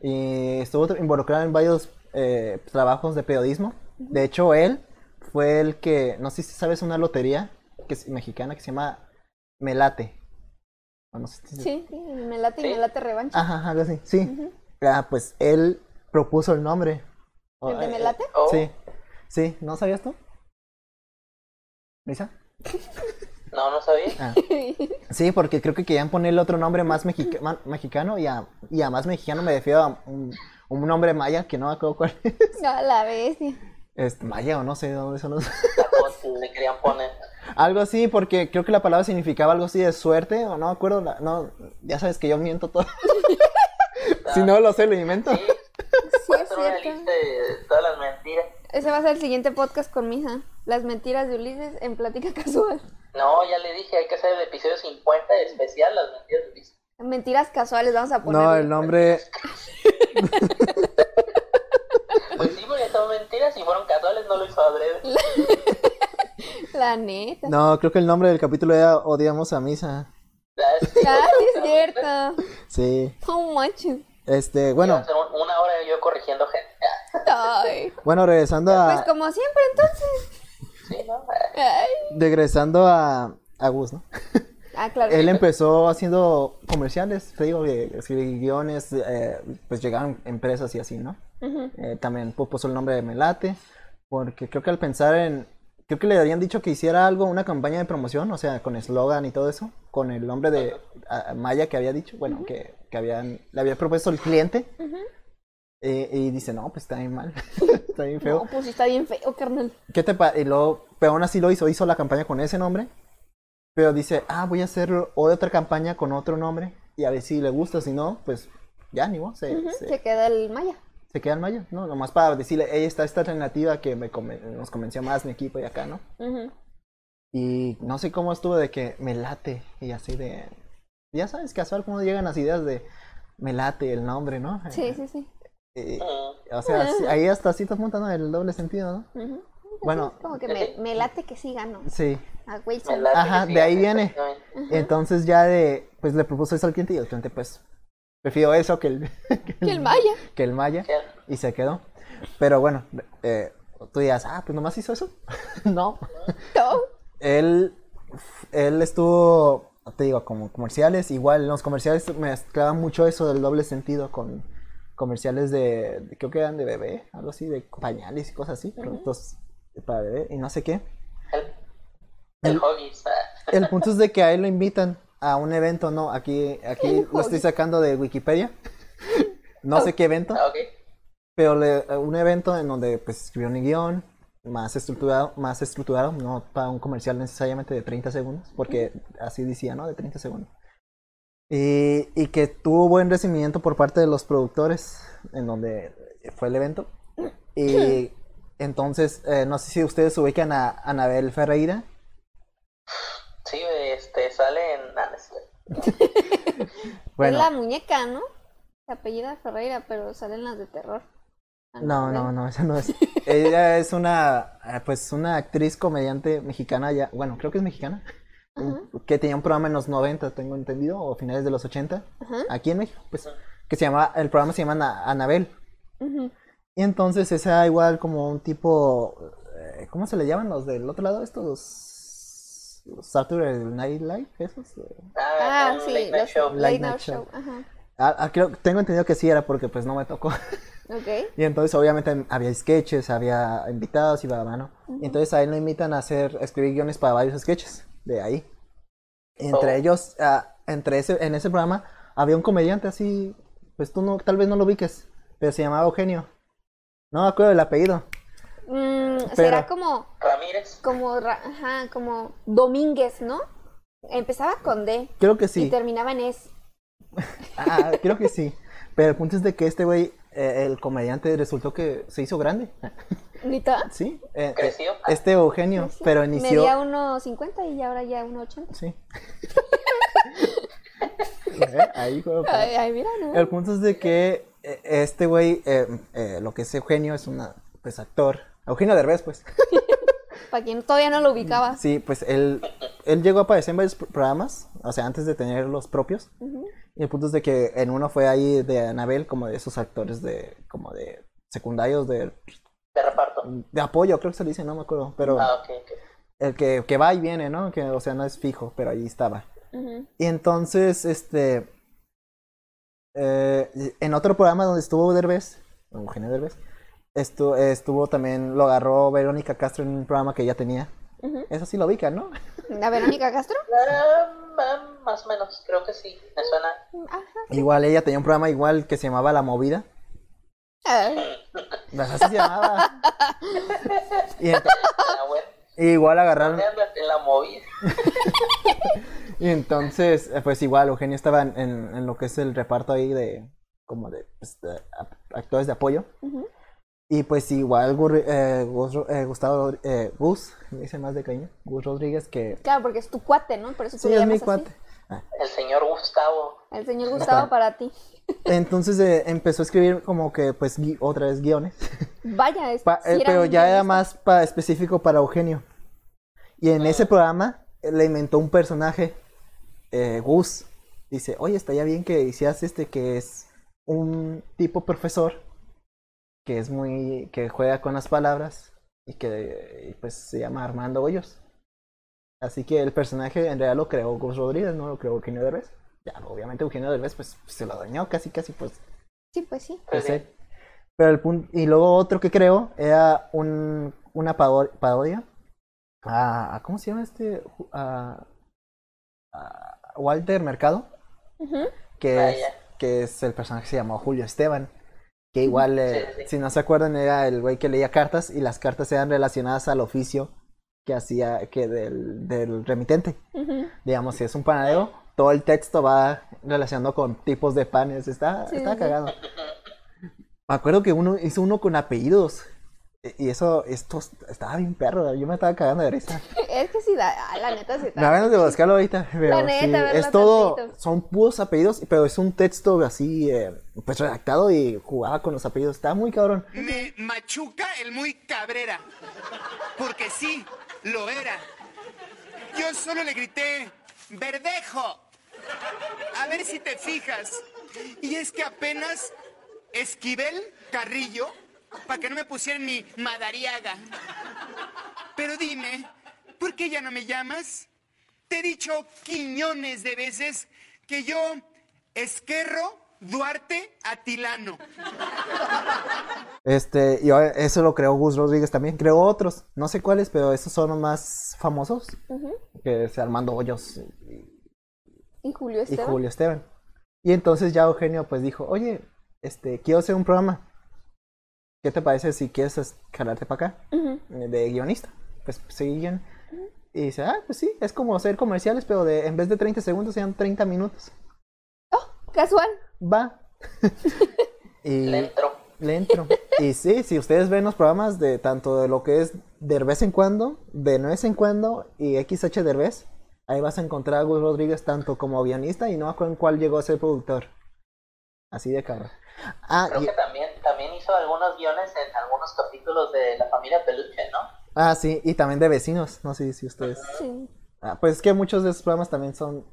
S1: y estuvo tra- involucrado en varios eh, trabajos de periodismo. De hecho, él fue el que, no sé si sabes, una lotería que es mexicana que se llama Melate. O no sé si-
S2: Sí, sí, me late y
S3: Sí.
S2: me late revancha.
S1: Ajá, ajá, algo así. Sí. Ah, pues él propuso el nombre. O-
S2: ¿El de
S1: eh,
S2: Melate?
S3: Oh,
S1: Sí. Sí, ¿no sabías tú? ¿Lisa?
S3: No, no sabía.
S1: Ah. Sí, porque creo que querían ponerle otro nombre más mexica- ma- mexicano y a, y a más mexicano me refiero a un, un nombre maya que no me acuerdo cuál es.
S2: A la bestia.
S1: Este, maya o no sé de dónde son los...
S3: Tacos Le querían poner.
S1: Algo así, porque creo que la palabra significaba algo así de suerte, o no me acuerdo, la- no, ya sabes que yo miento todo. si no lo sé, lo invento.
S3: Sí,
S2: Sí, es
S3: hacer una lista
S2: cierto.
S3: de todas las mentiras.
S2: Ese va a ser el siguiente podcast con Misa. Las mentiras de Ulises en plática casual.
S3: No, ya le dije, hay que hacer el episodio 50 de especial, las mentiras de Ulises.
S2: Mentiras casuales, vamos a poner.
S1: No, el nombre,
S3: Pues sí, porque son mentiras y fueron casuales, no lo hizo adrede.
S2: La neta.
S1: no, creo que el nombre del capítulo era Odiamos a Misa.
S3: Ah, sí,
S2: Ah, sí es cierto.
S1: Sí,
S2: No manches.
S1: este,
S3: iba
S1: bueno,
S3: a ser un- una hora yo corrigiendo gente. Ah,
S2: Ay.
S1: bueno, regresando
S2: Pues
S1: a,
S2: como siempre, entonces.
S3: sí, ¿no? Ah,
S2: Ay.
S1: regresando a, a Gus, ¿no?
S2: Ah, claro.
S1: Él empezó haciendo comerciales, te digo, que escribir guiones, eh, pues llegaban empresas y así, ¿no? Eh, también pu- puso el nombre de Melate, porque creo que al pensar en, creo que le habían dicho que hiciera algo, una campaña de promoción, o sea, con eslogan y todo eso, con el nombre de a- Maya que había dicho, bueno, que, que habían, le había propuesto el cliente, Eh, y dice, no, pues está bien mal, está bien feo.
S2: No, pues sí está bien feo, carnal.
S1: ¿Qué te pa- y luego, pero aún así lo hizo, hizo la campaña con ese nombre. Pero dice, ah, voy a hacer otra campaña con otro nombre. Y a ver si le gusta, si no, pues ya, ni modo, se,
S2: Ujú,
S1: se-
S2: Se queda el maya.
S1: se queda en mayo, ¿no? Nomás para decirle, hey, está esta alternativa que me conven- nos convenció más mi equipo y acá, ¿no?
S2: Ujú.
S1: Y no sé cómo estuvo de que me late y así de... Ya sabes, casual, cómo llegan las ideas de me late el nombre, ¿no?
S2: Sí, sí, sí.
S1: Eh,
S3: mm.
S1: o sea, sí, ahí hasta así estás montando el doble sentido, ¿no?
S2: Ujú.
S1: Bueno,
S2: Como que me, me late que sí gano. Ah,
S1: sí.
S2: A Wilson.
S3: Me late
S1: Ajá,
S3: que sí,
S1: de ahí
S3: ya,
S1: viene.
S3: exactamente.
S1: Entonces ya de, pues le propuso eso al cliente y el cliente pues prefiero eso que el, que
S2: Que el maya.
S1: que el Maya
S3: Sí.
S1: y se quedó. Pero bueno, eh, tú dirás, ah, pues nomás hizo eso. no,
S2: No.
S1: él, él estuvo, te digo, como comerciales, igual en los comerciales mezclaban mucho eso del doble sentido con comerciales de, de- creo que eran de bebé, algo así, de pañales y cosas así, productos para bebé y no sé qué.
S3: El, el Huggies, ah.
S1: El punto es de que a él lo invitan a un evento, ¿no? Aquí, aquí lo estoy sacando de Wikipedia. No sé qué evento,
S3: Ah, ok.
S1: pero le- eh, un evento en donde pues escribió un guión más estructurado, más estructurado, no para un comercial necesariamente de 30 segundos, porque así decía, ¿no? De 30 segundos. Y, y que tuvo buen recibimiento por parte de los productores en donde fue el evento. Y entonces, eh, no sé si ustedes ubican a Anabel Ferreira.
S3: Sí, este, sale en... ah, no es cierto.
S1: Bueno,
S2: Es la muñeca, ¿no? Se apellida Ferreira, pero salen las de terror. Ah,
S1: No,
S2: ¿ven?
S1: no, no, esa no es. Ella es una, eh, pues, una actriz comediante mexicana ya, bueno, creo que es mexicana, que tenía un programa en los 90, tengo entendido, o finales de los 80,
S2: Ajá.
S1: aquí en México, pues, que se llama, el programa se llama Ana- Anabel.
S2: Ujú.
S1: Y entonces esa igual como un tipo, eh, ¿cómo se le llaman los del otro lado estos? Los Saturday Night Live, esos. eh.
S3: Ah,
S2: Ah,
S3: un
S2: sí,
S3: late night
S2: los
S3: show.
S1: Late
S2: Late
S1: Night
S2: Night
S1: Show.
S2: Show. Ajá.
S1: Ah, ah, creo, tengo entendido que sí era porque pues no me tocó.
S2: Ok.
S1: Y entonces obviamente había sketches, había invitados y va mano. Y entonces a él lo invitan a hacer, a escribir guiones para varios sketches de ahí. Y entre
S3: Oh.
S1: ellos, ah, entre ese, en ese programa había un comediante así, pues tú no, tal vez no lo ubiques, pero se llamaba Eugenio. No me acuerdo del apellido.
S2: Mm,
S1: Pero-
S2: será como,
S3: Ramírez.
S2: como, ra- ajá, como Domínguez, ¿no? Empezaba con D
S1: Creo que
S2: y
S1: sí.
S2: terminaba en S.
S1: Ah, creo que sí. Pero el punto es de que este güey, eh, el comediante, resultó que se hizo grande.
S2: ¿Nita?
S1: Sí. eh, eh,
S3: Creció.
S1: Este Eugenio, pero inició...
S2: Medía 1.50 y ahora ya 1.80.
S1: Sí. Eh, Ahí, juego para-
S2: Ay, ay, mira, ¿no?
S1: El punto es de que eh, este güey, eh, eh, lo que es Eugenio, es una, pues, actor. Eugenio Derbez, pues.
S2: Para quien todavía no lo ubicaba.
S1: Sí, pues él, él llegó a aparecer en varios pro- programas, o sea, antes de tener los propios. Y el punto es de que en uno fue ahí de Anabel, como de esos actores de, como de secundarios de,
S3: De reparto.
S1: de apoyo, creo que se le dice, no me acuerdo, pero
S3: Ah, ok, ok.
S1: el que, que va y viene, ¿no? Que, o sea, no es fijo, pero ahí estaba.
S2: Ujú.
S1: Y entonces, este. eh, en otro programa donde estuvo Derbez, Eugenio Derbez, estuvo, estuvo también, lo agarró Verónica Castro en un programa que ya tenía.
S2: Ujú.
S1: Eso sí lo ubica, ¿no?
S2: ¿La Verónica Castro?
S3: Ah, ah, más o menos, creo que sí. Me suena.
S2: Ajá.
S1: Igual ella tenía un programa igual que se llamaba La Movida.
S2: Ay,
S1: Así se llamaba. Y ento-
S3: Ah, bueno.
S1: Y igual agarraron.
S3: ¿Dónde andas? En la movida.
S1: Y entonces, eh, pues igual, Eugenio estaba en, en- en lo que es el reparto ahí de, como de, pues, de a- actores de apoyo.
S2: Ujú.
S1: Y pues igual Gurri- eh, Gus Ro- eh, Gustavo, eh, Gus, me dice más de cariño, Gus Rodríguez, que
S2: Claro, porque es tu cuate, ¿no? Por eso tú
S1: sí,
S2: le
S1: es mi
S2: llamas así.
S1: cuate.
S3: El señor Gustavo.
S2: El señor
S1: Gustavo.
S2: Gustavo para ti.
S1: Entonces eh, empezó a escribir como que, pues, gui- otra vez guiones.
S2: Vaya, es,
S1: Pa-
S2: sí
S1: eh,
S2: era
S1: pero
S2: un
S1: ya era
S2: guionista.
S1: más pa- específico para Eugenio. Y en ese programa eh, le inventó un personaje, eh, Gus. Dice, oye, estaría bien que hicieras este que es un tipo profesor que es muy, que juega con las palabras y que eh, y pues se llama Armando Hoyos. Así que el personaje en realidad lo creó Gus Rodríguez, no lo creó Eugenio Derbez. Ya, obviamente Eugenio Derbez pues se lo dañó casi casi pues
S2: Sí, pues sí.
S1: pues,
S3: Sí.
S1: eh, Pero el punto, y luego otro que creo era un, una pado- parodia a, a- ¿cómo se llama este? Ju- A, a Walter Mercado,
S2: Ujú.
S1: que
S3: Ah,
S1: es,
S3: ya.
S1: que es el personaje que se llamó Julio Esteban, que igual, eh,
S3: Sí, sí.
S1: si no se acuerdan, era el güey que leía cartas y las cartas eran relacionadas al oficio que hacía, que del, del remitente.
S2: Ujú.
S1: Digamos, si es un panadero, todo el texto va relacionado con tipos de panes. Está,
S2: Sí,
S1: está
S2: sí, sí.
S1: cagado. Me acuerdo que uno hizo uno con apellidos. e- Y eso, esto estaba bien perro. Yo me estaba cagando de risa.
S2: Es que sí, da, ah, la neta sí
S1: Me da
S2: da.
S1: ganas de buscarlo ahorita. Pero
S2: neta,
S1: sí,
S2: verlo
S1: es todo.
S2: tantito.
S1: Son puros apellidos, pero es un texto así, eh, pues redactado y jugaba con los apellidos. Estaba muy cabrón.
S4: Me machuca el muy cabrera. Porque sí, lo era. Yo solo le grité, verdejo. A ver si te fijas. Y es que apenas esquivel Carrillo para que no me pusieran mi madariaga. Pero dime, ¿por qué ya no me llamas? Te he dicho quiñones de veces que yo esquerro Duarte Atilano.
S1: Este, y ahora- eso lo creó Gus Rodríguez también. Creó otros, no sé cuáles, pero esos son los más famosos. Que es Armando Hoyos
S2: Y Julio
S1: y
S2: Esteban.
S1: Julio Esteban. Y entonces ya Eugenio pues dijo, oye, este, quiero hacer un programa. ¿Qué te parece si quieres es- jalarte para acá? eh,
S2: Ujú.
S1: De guionista. Pues seguí guion. Y dice, ah, pues sí, es como hacer comerciales, pero de, en vez de 30 segundos sean 30 minutos.
S2: Oh, casual.
S1: Va. y
S3: Le entró.
S1: le entro. y sí, si ustedes ven los programas de tanto de lo que es de vez en cuando, de no vez en cuando y XH Derbez, ahí vas a encontrar a Gus Rodríguez tanto como guionista y no me acuerdo en cuál llegó a ser productor. Así de caro. Ah,
S3: Creo
S1: y-
S3: que también, también hizo algunos guiones en algunos capítulos de La familia Peluche, ¿no?
S1: ah, sí, y también de vecinos, no sé si ustedes.
S2: Sí.
S1: Ah, pues es que muchos de esos programas también son.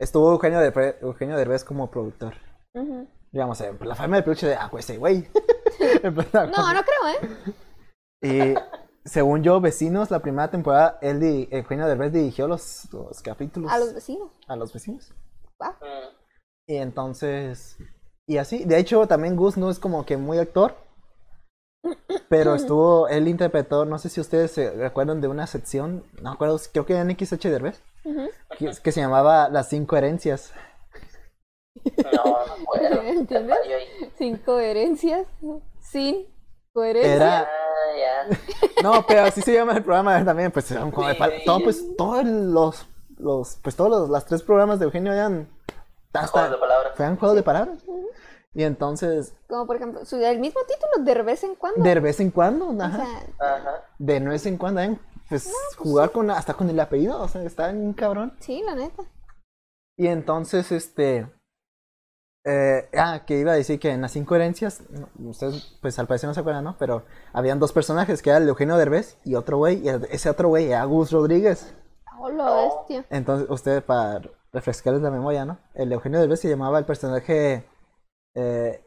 S1: Estuvo Eugenio, Derbe- Eugenio Derbez como productor.
S2: Ujú.
S1: Digamos, en la familia de peluche de, ah, pues ese güey. En plan,
S2: No, no creo, ¿eh?
S1: Y según yo, Vecinos, la primera temporada, él di- Eugenio Derbez dirigió los, los capítulos
S2: A los vecinos.
S1: a los vecinos.
S3: Mm.
S1: Y entonces, y así. De hecho, también Gus no es como que muy actor, pero estuvo, él interpretó, no sé si ustedes se recuerdan de una sección, no me acuerdo, creo que era en XH Derbez,
S2: Ujú.
S1: que, que se llamaba Las Cinco Herencias.
S3: No, no puedo.
S2: ¿Entiendes?
S3: Yo ahí-
S2: Sin coherencias. Sin coherencia.
S1: Era,
S3: Ah, ya.
S1: no, pero así se llama el programa también, pues, era un como de pa-
S3: Sí.
S1: todo, pues, todos los, los, pues, todos los, las tres programas de Eugenio eran... hasta-
S3: Juegos de palabras.
S1: Fue un juego de palabras. Y entonces,
S2: Como por ejemplo, su- el mismo título de vez en cuando.
S1: de vez en cuando,
S2: O
S1: ajá,
S2: sea,
S3: Ajá.
S1: de vez en cuando, ¿eh? pues jugar con hasta con el apellido, o sea, está bien cabrón.
S2: sí, la neta.
S1: Y entonces, este, eh, ah, que iba a decir que en las incoherencias, no, ustedes, pues al parecer no se acuerdan, ¿no? Pero habían dos personajes, que era el Eugenio Derbez y otro güey, y el- ese otro güey era Gus Rodríguez.
S2: Hola, Oh, bestia.
S1: Entonces, ustedes, para refrescarles la memoria, ¿no? El Eugenio Derbez se llamaba el personaje. eh,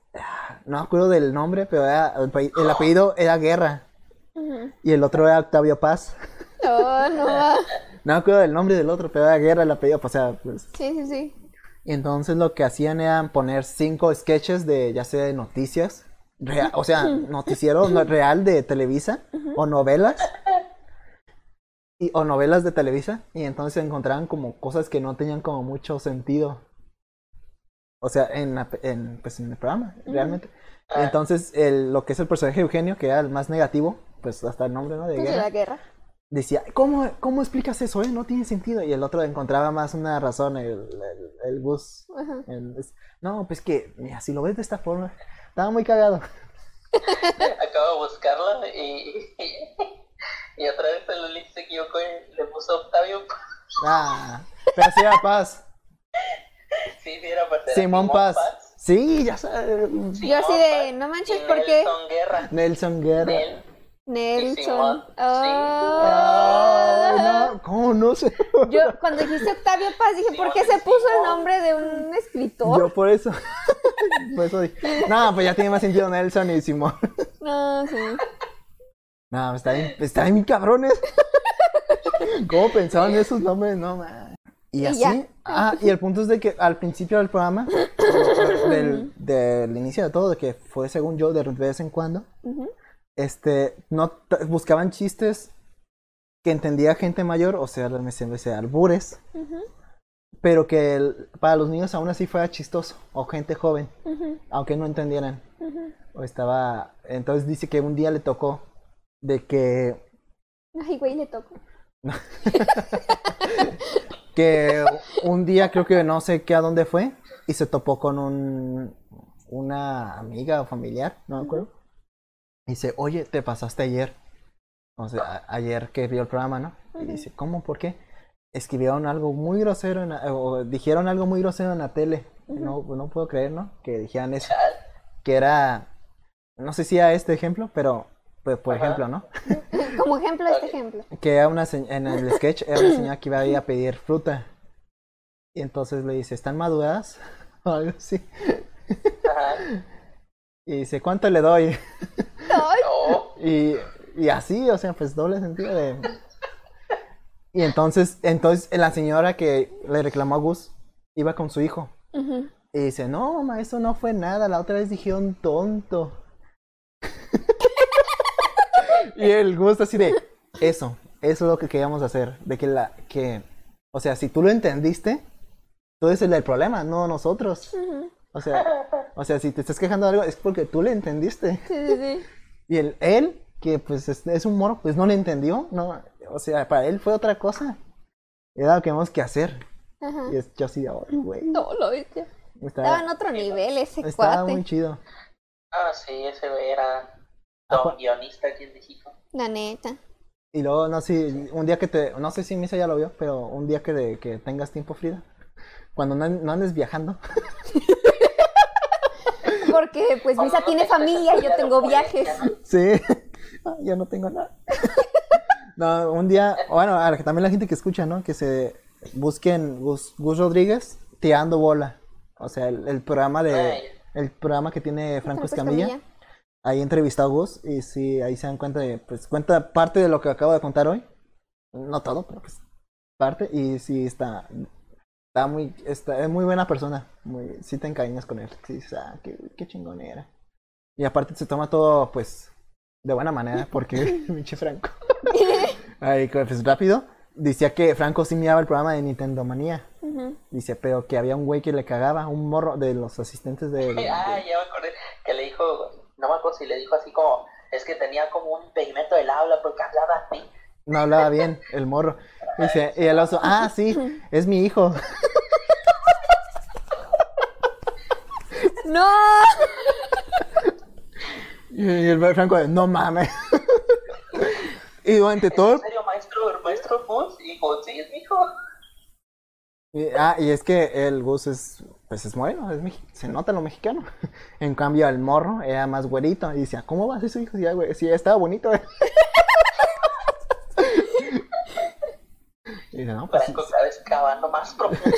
S1: no me acuerdo del nombre, pero era, el, pa- el apellido era Guerra.
S2: Ujú.
S1: Y el otro era Octavio Paz.
S2: No, no va.
S1: No me acuerdo del nombre del otro, pero era Guerra el apellido. O sea, pues.
S2: Sí, sí, sí.
S1: Y entonces lo que hacían era poner cinco sketches de, ya sea de noticias, rea- o sea, noticiero no- real de Televisa, o novelas, y, o novelas de Televisa, y entonces encontraban como cosas que no tenían como mucho sentido. O sea, en, la pe- en, pues, en el programa, realmente. Y Entonces, el, lo que es el personaje de Eugenio, que era el más negativo, pues hasta el nombre, ¿no? De
S2: Pues de
S1: guerra
S2: la guerra.
S1: decía, ¿cómo, cómo explicas eso? eh? No tiene sentido. Y el otro encontraba más una razón, el, el, el bus. El- es- no, pues que, mira, si lo ves de esta forma, estaba muy cagado.
S3: Acabo de buscarlo y, y, y otra vez el Ulises se equivocó y le puso Octavio. Paz.
S1: Ah, pero sí era Paz.
S3: Sí, sí, era para ser
S1: Simón Paz. Sí, ya sabes.
S2: Yo así de, no manches, ¿por qué?
S3: Nelson Guerra.
S1: Nelson Guerra.
S3: Nel- Sí,
S2: Nelson.
S3: Simón. Sí.
S2: Ah.
S1: Ay, no, ¿cómo no sé?
S2: Yo cuando dijiste Octavio Paz dije, ¿por qué se puso el nombre de un escritor?
S1: Yo por eso. por eso dije. No, pues ya tiene más sentido Nelson y Simón.
S2: No, sí.
S1: No, está bien, está bien, cabrones. ¿Cómo pensaban esos nombres? No, man. Y así.
S2: ya.
S1: Ah, y el punto es de que al principio del programa, del, del inicio de todo, de que fue según yo de vez en cuando, este, no t- buscaban chistes que entendía gente mayor, o sea, me se me decía albures, pero que el- para los niños aún así fuera chistoso, o gente joven, aunque no entendieran. O estaba. Entonces dice que un día le tocó de que
S2: Ay, güey, le toco.
S1: que un día creo que no sé qué a dónde fue y se topó con un una amiga o familiar, no me acuerdo. Y dice, oye, te pasaste ayer. O sea, a- ayer que vio el programa, ¿no? Y dice, ¿cómo? ¿Por qué? Escribieron algo muy grosero en la- o dijeron algo muy grosero en la tele. No, no puedo creer, ¿no? Que dijeran eso. Que era, no sé si a este ejemplo, pero pues, por
S3: Ajá.
S1: ejemplo, ¿no?
S2: Como ejemplo, este ejemplo.
S1: que era una se- en el sketch era una señora que iba a ir a pedir fruta. Y entonces le dice, ¿están maduradas? O algo así.
S3: Ajá.
S1: Y dice, ¿cuánto le doy?
S2: Ay,
S3: No.
S1: Y, y así, o sea, pues doble sentido de... Y entonces, entonces la señora que le reclamó a Gus iba con su hijo. Y dice, no, mamá, eso no fue nada, la otra vez dijeron tonto. y el Gus así de, eso, eso es lo que queríamos hacer, de que la, que, o sea, si tú lo entendiste, tú eres el del problema, no nosotros. O sea, o sea, si te estás quejando de algo es porque tú le entendiste.
S2: sí, sí, sí.
S1: Y el, él, que pues es, es un moro, pues no le entendió, no, o sea, para él fue otra cosa. Era lo que teníamos que hacer.
S2: Ajá.
S1: Y es, yo así, ay, güey.
S2: No, lo bestia. Estaba en
S1: Estaba,
S2: otro nivel ese
S1: estaba
S2: cuate.
S1: muy chido.
S3: Ah, sí, ese güey era
S1: Apa-
S2: Ah,
S3: don guionista aquí en México.
S2: La neta.
S1: Y luego, no sé, un día que te, no sé si Misa ya lo vio, pero un día que, de- que tengas tiempo, Frida, cuando no, an- no andes viajando,
S2: Porque pues
S3: Cuando
S2: Misa
S3: no
S2: tiene
S3: te casas,
S2: familia, yo
S3: pues, ya no
S2: tengo
S3: puedes,
S2: viajes.
S3: ya no-
S1: sí, Ah, ya no tengo nada. No, un día, bueno, a la que también la gente que escucha, ¿no? Que se busquen Gus, Gus Rodríguez tirando bola. O sea, el, el programa
S3: Ay.
S1: de, el programa que tiene Franco
S2: Franco
S1: Escamilla.
S2: Escamilla.
S1: Ahí entrevistado a Gus y sí, ahí se dan cuenta de, pues cuenta parte de lo que acabo de contar hoy. No todo, pero pues parte y sí está está muy está es muy buena persona muy sí te encariñas con él sí dices, ah, qué, qué chingón era y aparte se toma todo pues de buena manera porque pinche Franco ahí pues rápido decía que Franco sí miraba el programa de Nintendo Manía
S2: Ujú.
S1: dice pero que había un güey que le cagaba un morro de los asistentes de,
S3: Ah, ya me acordé que le dijo, no me acuerdo si le dijo así como, es que tenía como un impedimento del habla porque hablaba así.
S1: no hablaba bien el morro dice y el oso ah sí es mi hijo
S2: ¡No!
S1: y el Franco no mames y durante todo
S3: ¿En
S1: el
S3: serio, maestro, maestro Gus? Y dijo, sí, es mi hijo.
S1: Y- ah, y es que el Gus es, pues es moreno, es mexi- se nota lo mexicano. En cambio, el morro era más güerito. Y decía, ¿cómo va a ser su hijo si, ya, güey- si ya estaba bonito? eh?" y, dice, "No, pues,
S3: Franco cada vez cavando más profundo.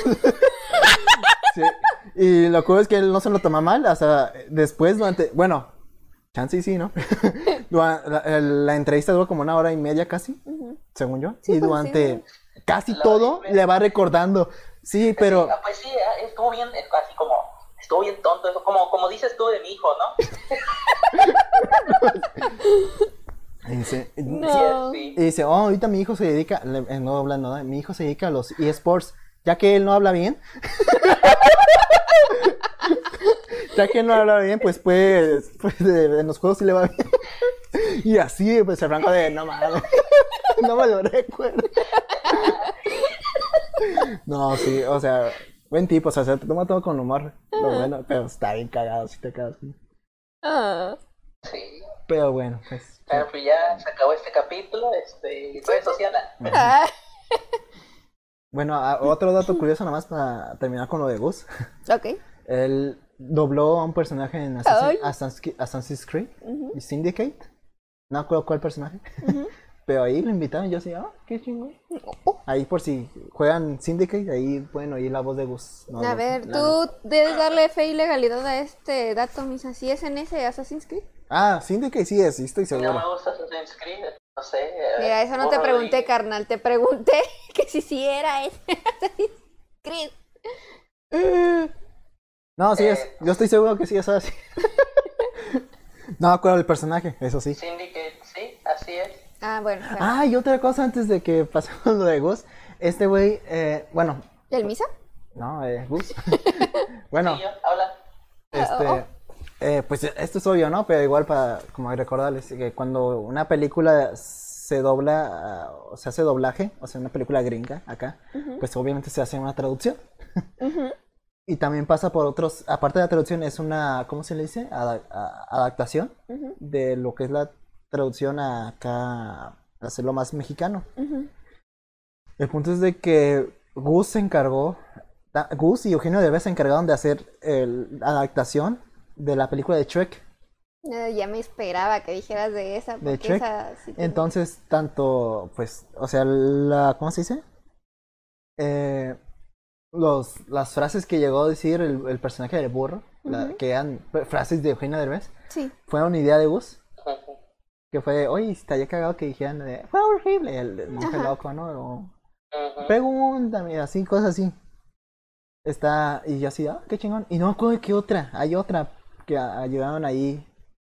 S1: sí". Y lo cool es que él no se lo toma mal. Hasta después, durante, bueno, chance y sí, ¿no? Dura- la, el- la entrevista duró como una hora y media casi, según yo.
S2: Sí,
S1: y
S2: pues, sí,
S1: durante
S2: ¿no?
S1: casi
S3: La hora y
S1: todo
S3: media.
S1: le va recordando. Sí, pero...
S3: Ah, pues sí, ah, estuvo bien, eh, así como, estuvo bien tonto, eso, como, como dices tú de mi hijo, ¿no?
S1: y dice,
S2: No.
S3: Sí,
S1: Y dice, oh, ahorita mi hijo se dedica, le- eh, no habla nada, mi hijo se dedica a los eSports, ya que él no habla bien. ya que él no habla bien, pues, pues, pues, eh, en los juegos sí le va bien. Y así, pues el Franco de, no mames, no me lo recuerdo. No, sí, o sea, buen tipo, o sea, se toma todo con humor, lo bueno, pero está bien cagado, sí te cagas. ¿no?
S2: Ah.
S3: Sí.
S1: Pero bueno, pues.
S3: Pero pues ya se acabó este capítulo, este, y redes sociales.
S2: Ah.
S1: Mm. Bueno, a- otro dato curioso nomás para terminar con lo de Gus.
S2: Ok.
S1: Él dobló a un personaje en Assassin-
S2: Ay.
S1: Assassin's, Cre- Assassin's Creed y Syndicate. No acuerdo cuál personaje. Pero ahí lo invitaron y yo así, ah, qué chingón.
S2: Oh.
S1: Ahí por si juegan Syndicate, ahí pueden oír la voz de Gus. No,
S2: A
S1: no,
S2: ver,
S1: la-
S2: tú debes darle fe y legalidad a este dato, misa. Si es en ese Assassin's Creed.
S1: Ah, Syndicate sí es, sí estoy seguro.
S3: No me gusta Assassin's Creed, no sé. eh,
S2: Mira, eso no te
S3: bórralo
S2: pregunté,
S3: y-
S2: carnal. Te pregunté que si sí era ese Assassin's Creed. Mm.
S1: No, sí es. Yo estoy seguro que sí es así. no me acuerdo del personaje, eso sí.
S3: Syndicate, sí, así es.
S2: Ah, bueno. bueno.
S1: Ah, y otra cosa antes de que pasemos lo de Gus. Este güey, eh, bueno,
S2: ¿El misa?
S1: no, eh, Gus. bueno,
S3: Sí, yo, habla.
S1: este, eh, pues esto es obvio, ¿no? Pero igual para como recordarles que cuando una película se dobla, ah, o se hace doblaje, o sea, una película gringa acá, pues obviamente se hace una traducción. Y también pasa por otros, aparte de la traducción, es una, ¿cómo se le dice? Ada- a- adaptación de lo que es la traducción a acá, hacerlo más mexicano. El punto es de que Gus se encargó, ta- Gus y Eugenio Derbez se encargaron de hacer el- la adaptación de la película de Shrek.
S2: Eh, ya me esperaba que dijeras de esa.
S1: De
S2: Porque
S1: Shrek.
S2: esa sí tiene-
S1: Entonces, tanto, pues, o sea, la, ¿cómo se dice? Eh, los, las frases que llegó a decir el, el personaje del burro, la- que eran fr- frases de Eugenio Derbez,
S2: Sí.
S1: fueron idea de Gus,
S3: Ujú.
S1: que fue, oye, estaría cagado que dijeran, de, fue horrible, el, el monje
S2: Ajá.
S1: loco, ¿no? O,
S3: Ujú.
S1: Pregúntame, así, cosas así. Está, y yo así, ah, qué chingón. Y no me acuerdo de qué otra, hay otra que a- ayudaron ahí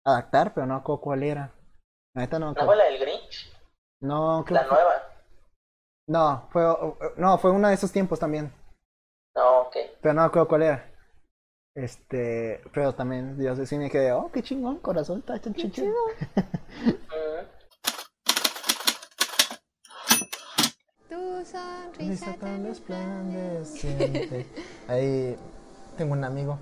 S1: a adaptar, pero no me acuerdo cuál era. La neta no me
S3: ¿No
S1: acuerdo.
S3: fue la del Grinch?
S1: No, creo
S3: ¿La
S1: que fue-
S3: nueva?
S1: no, fue, no, fue uno de esos tiempos también,
S3: No, ok.
S1: pero no me acuerdo cuál era. Este, pero también, yo sí me quedé, oh, qué chingón, corazón, está está chido.
S3: Ujú.
S2: Tu
S1: Risa
S2: sonrisa
S1: tan
S2: tan
S1: resplandeciente. Ahí tengo un amigo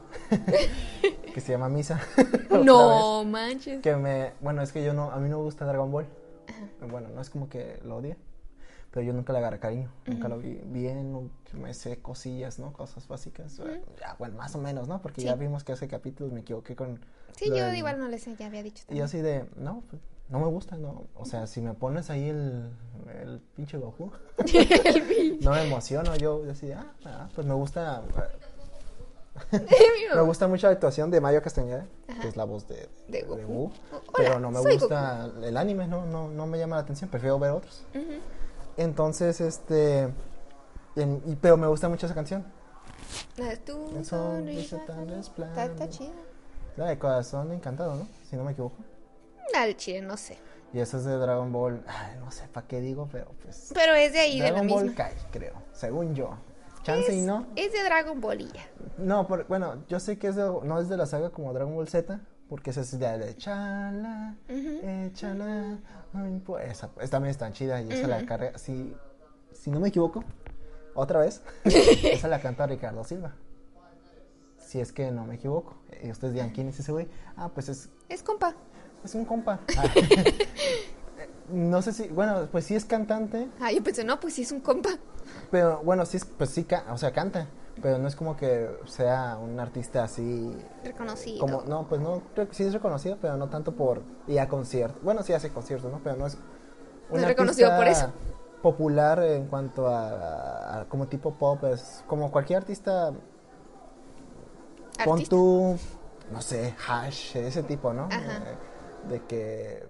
S1: que se llama Misa. Otra
S2: No manches.
S1: que me bueno es que yo no a mí no me gusta Dragon Ball bueno no es como que lo odie pero yo nunca le agarré cariño nunca lo vi bien no- me sé cosillas no cosas básicas ya, bueno más o menos no porque ya
S2: Sí.
S1: vimos que hace capítulos me equivoqué con
S2: Sí,
S1: lo
S2: yo
S1: del-
S2: igual no les ya había dicho
S1: y yo
S2: también.
S1: así de no pues, no me gusta no o sea si me pones ahí el el pinche Goku no me emociono yo yo así de, ah, ah, pues me gusta me gusta mucho la actuación de Mario Castañeda, que es la voz de,
S2: De Goku. Oh,
S1: Wu,
S2: Hola,
S1: pero no me
S2: soy
S1: gusta el anime, no, no, no me llama la atención, prefiero ver otros. Entonces, este, en- y- pero me gusta mucho esa canción,
S2: La de tu
S1: El sonrisa
S2: sonrisa
S1: tan
S2: tan está,
S1: resplandeciente.
S2: está chida.
S1: la de Corazón Encantado, ¿no? Si no me equivoco.
S2: La del chile, no sé.
S1: Y esa es de Dragon Ball, ay, no sé para qué digo, pero pues...
S2: Pero es de ahí,
S1: Dragon
S2: de la
S1: Ball
S2: misma.
S1: Kai, creo, según yo. Chance y no.
S2: Es de Dragon Ball y ya.
S1: No, por- bueno, yo sé que es de- no es de la saga como Dragon Ball Z, porque esa es de, de chala, eh, échala, ay, pues, esa, pues, también está chida y esa la carrera, si, si no me equivoco, otra vez, esa la canta Ricardo Silva. Si es que no me equivoco, y ustedes dirán, ¿quién es ese güey? Ah, pues es,
S2: Es compa.
S1: es un compa. Ah. no sé si, bueno, pues sí es cantante,
S2: Ah, yo pensé, no, pues sí es un compa.
S1: pero bueno, sí, es- pues sí, ca- o sea, canta, pero no es como que sea un artista así
S2: Reconocido.
S1: como no pues no creo que sí es reconocido pero no tanto por ir a conciertos bueno sí hace conciertos no pero no es un
S2: es reconocido por
S1: artista popular en cuanto a, a- a como tipo pop es como cualquier artista, pon
S2: Artista.
S1: tu no sé hash ese tipo no
S2: Ajá.
S1: Eh, de que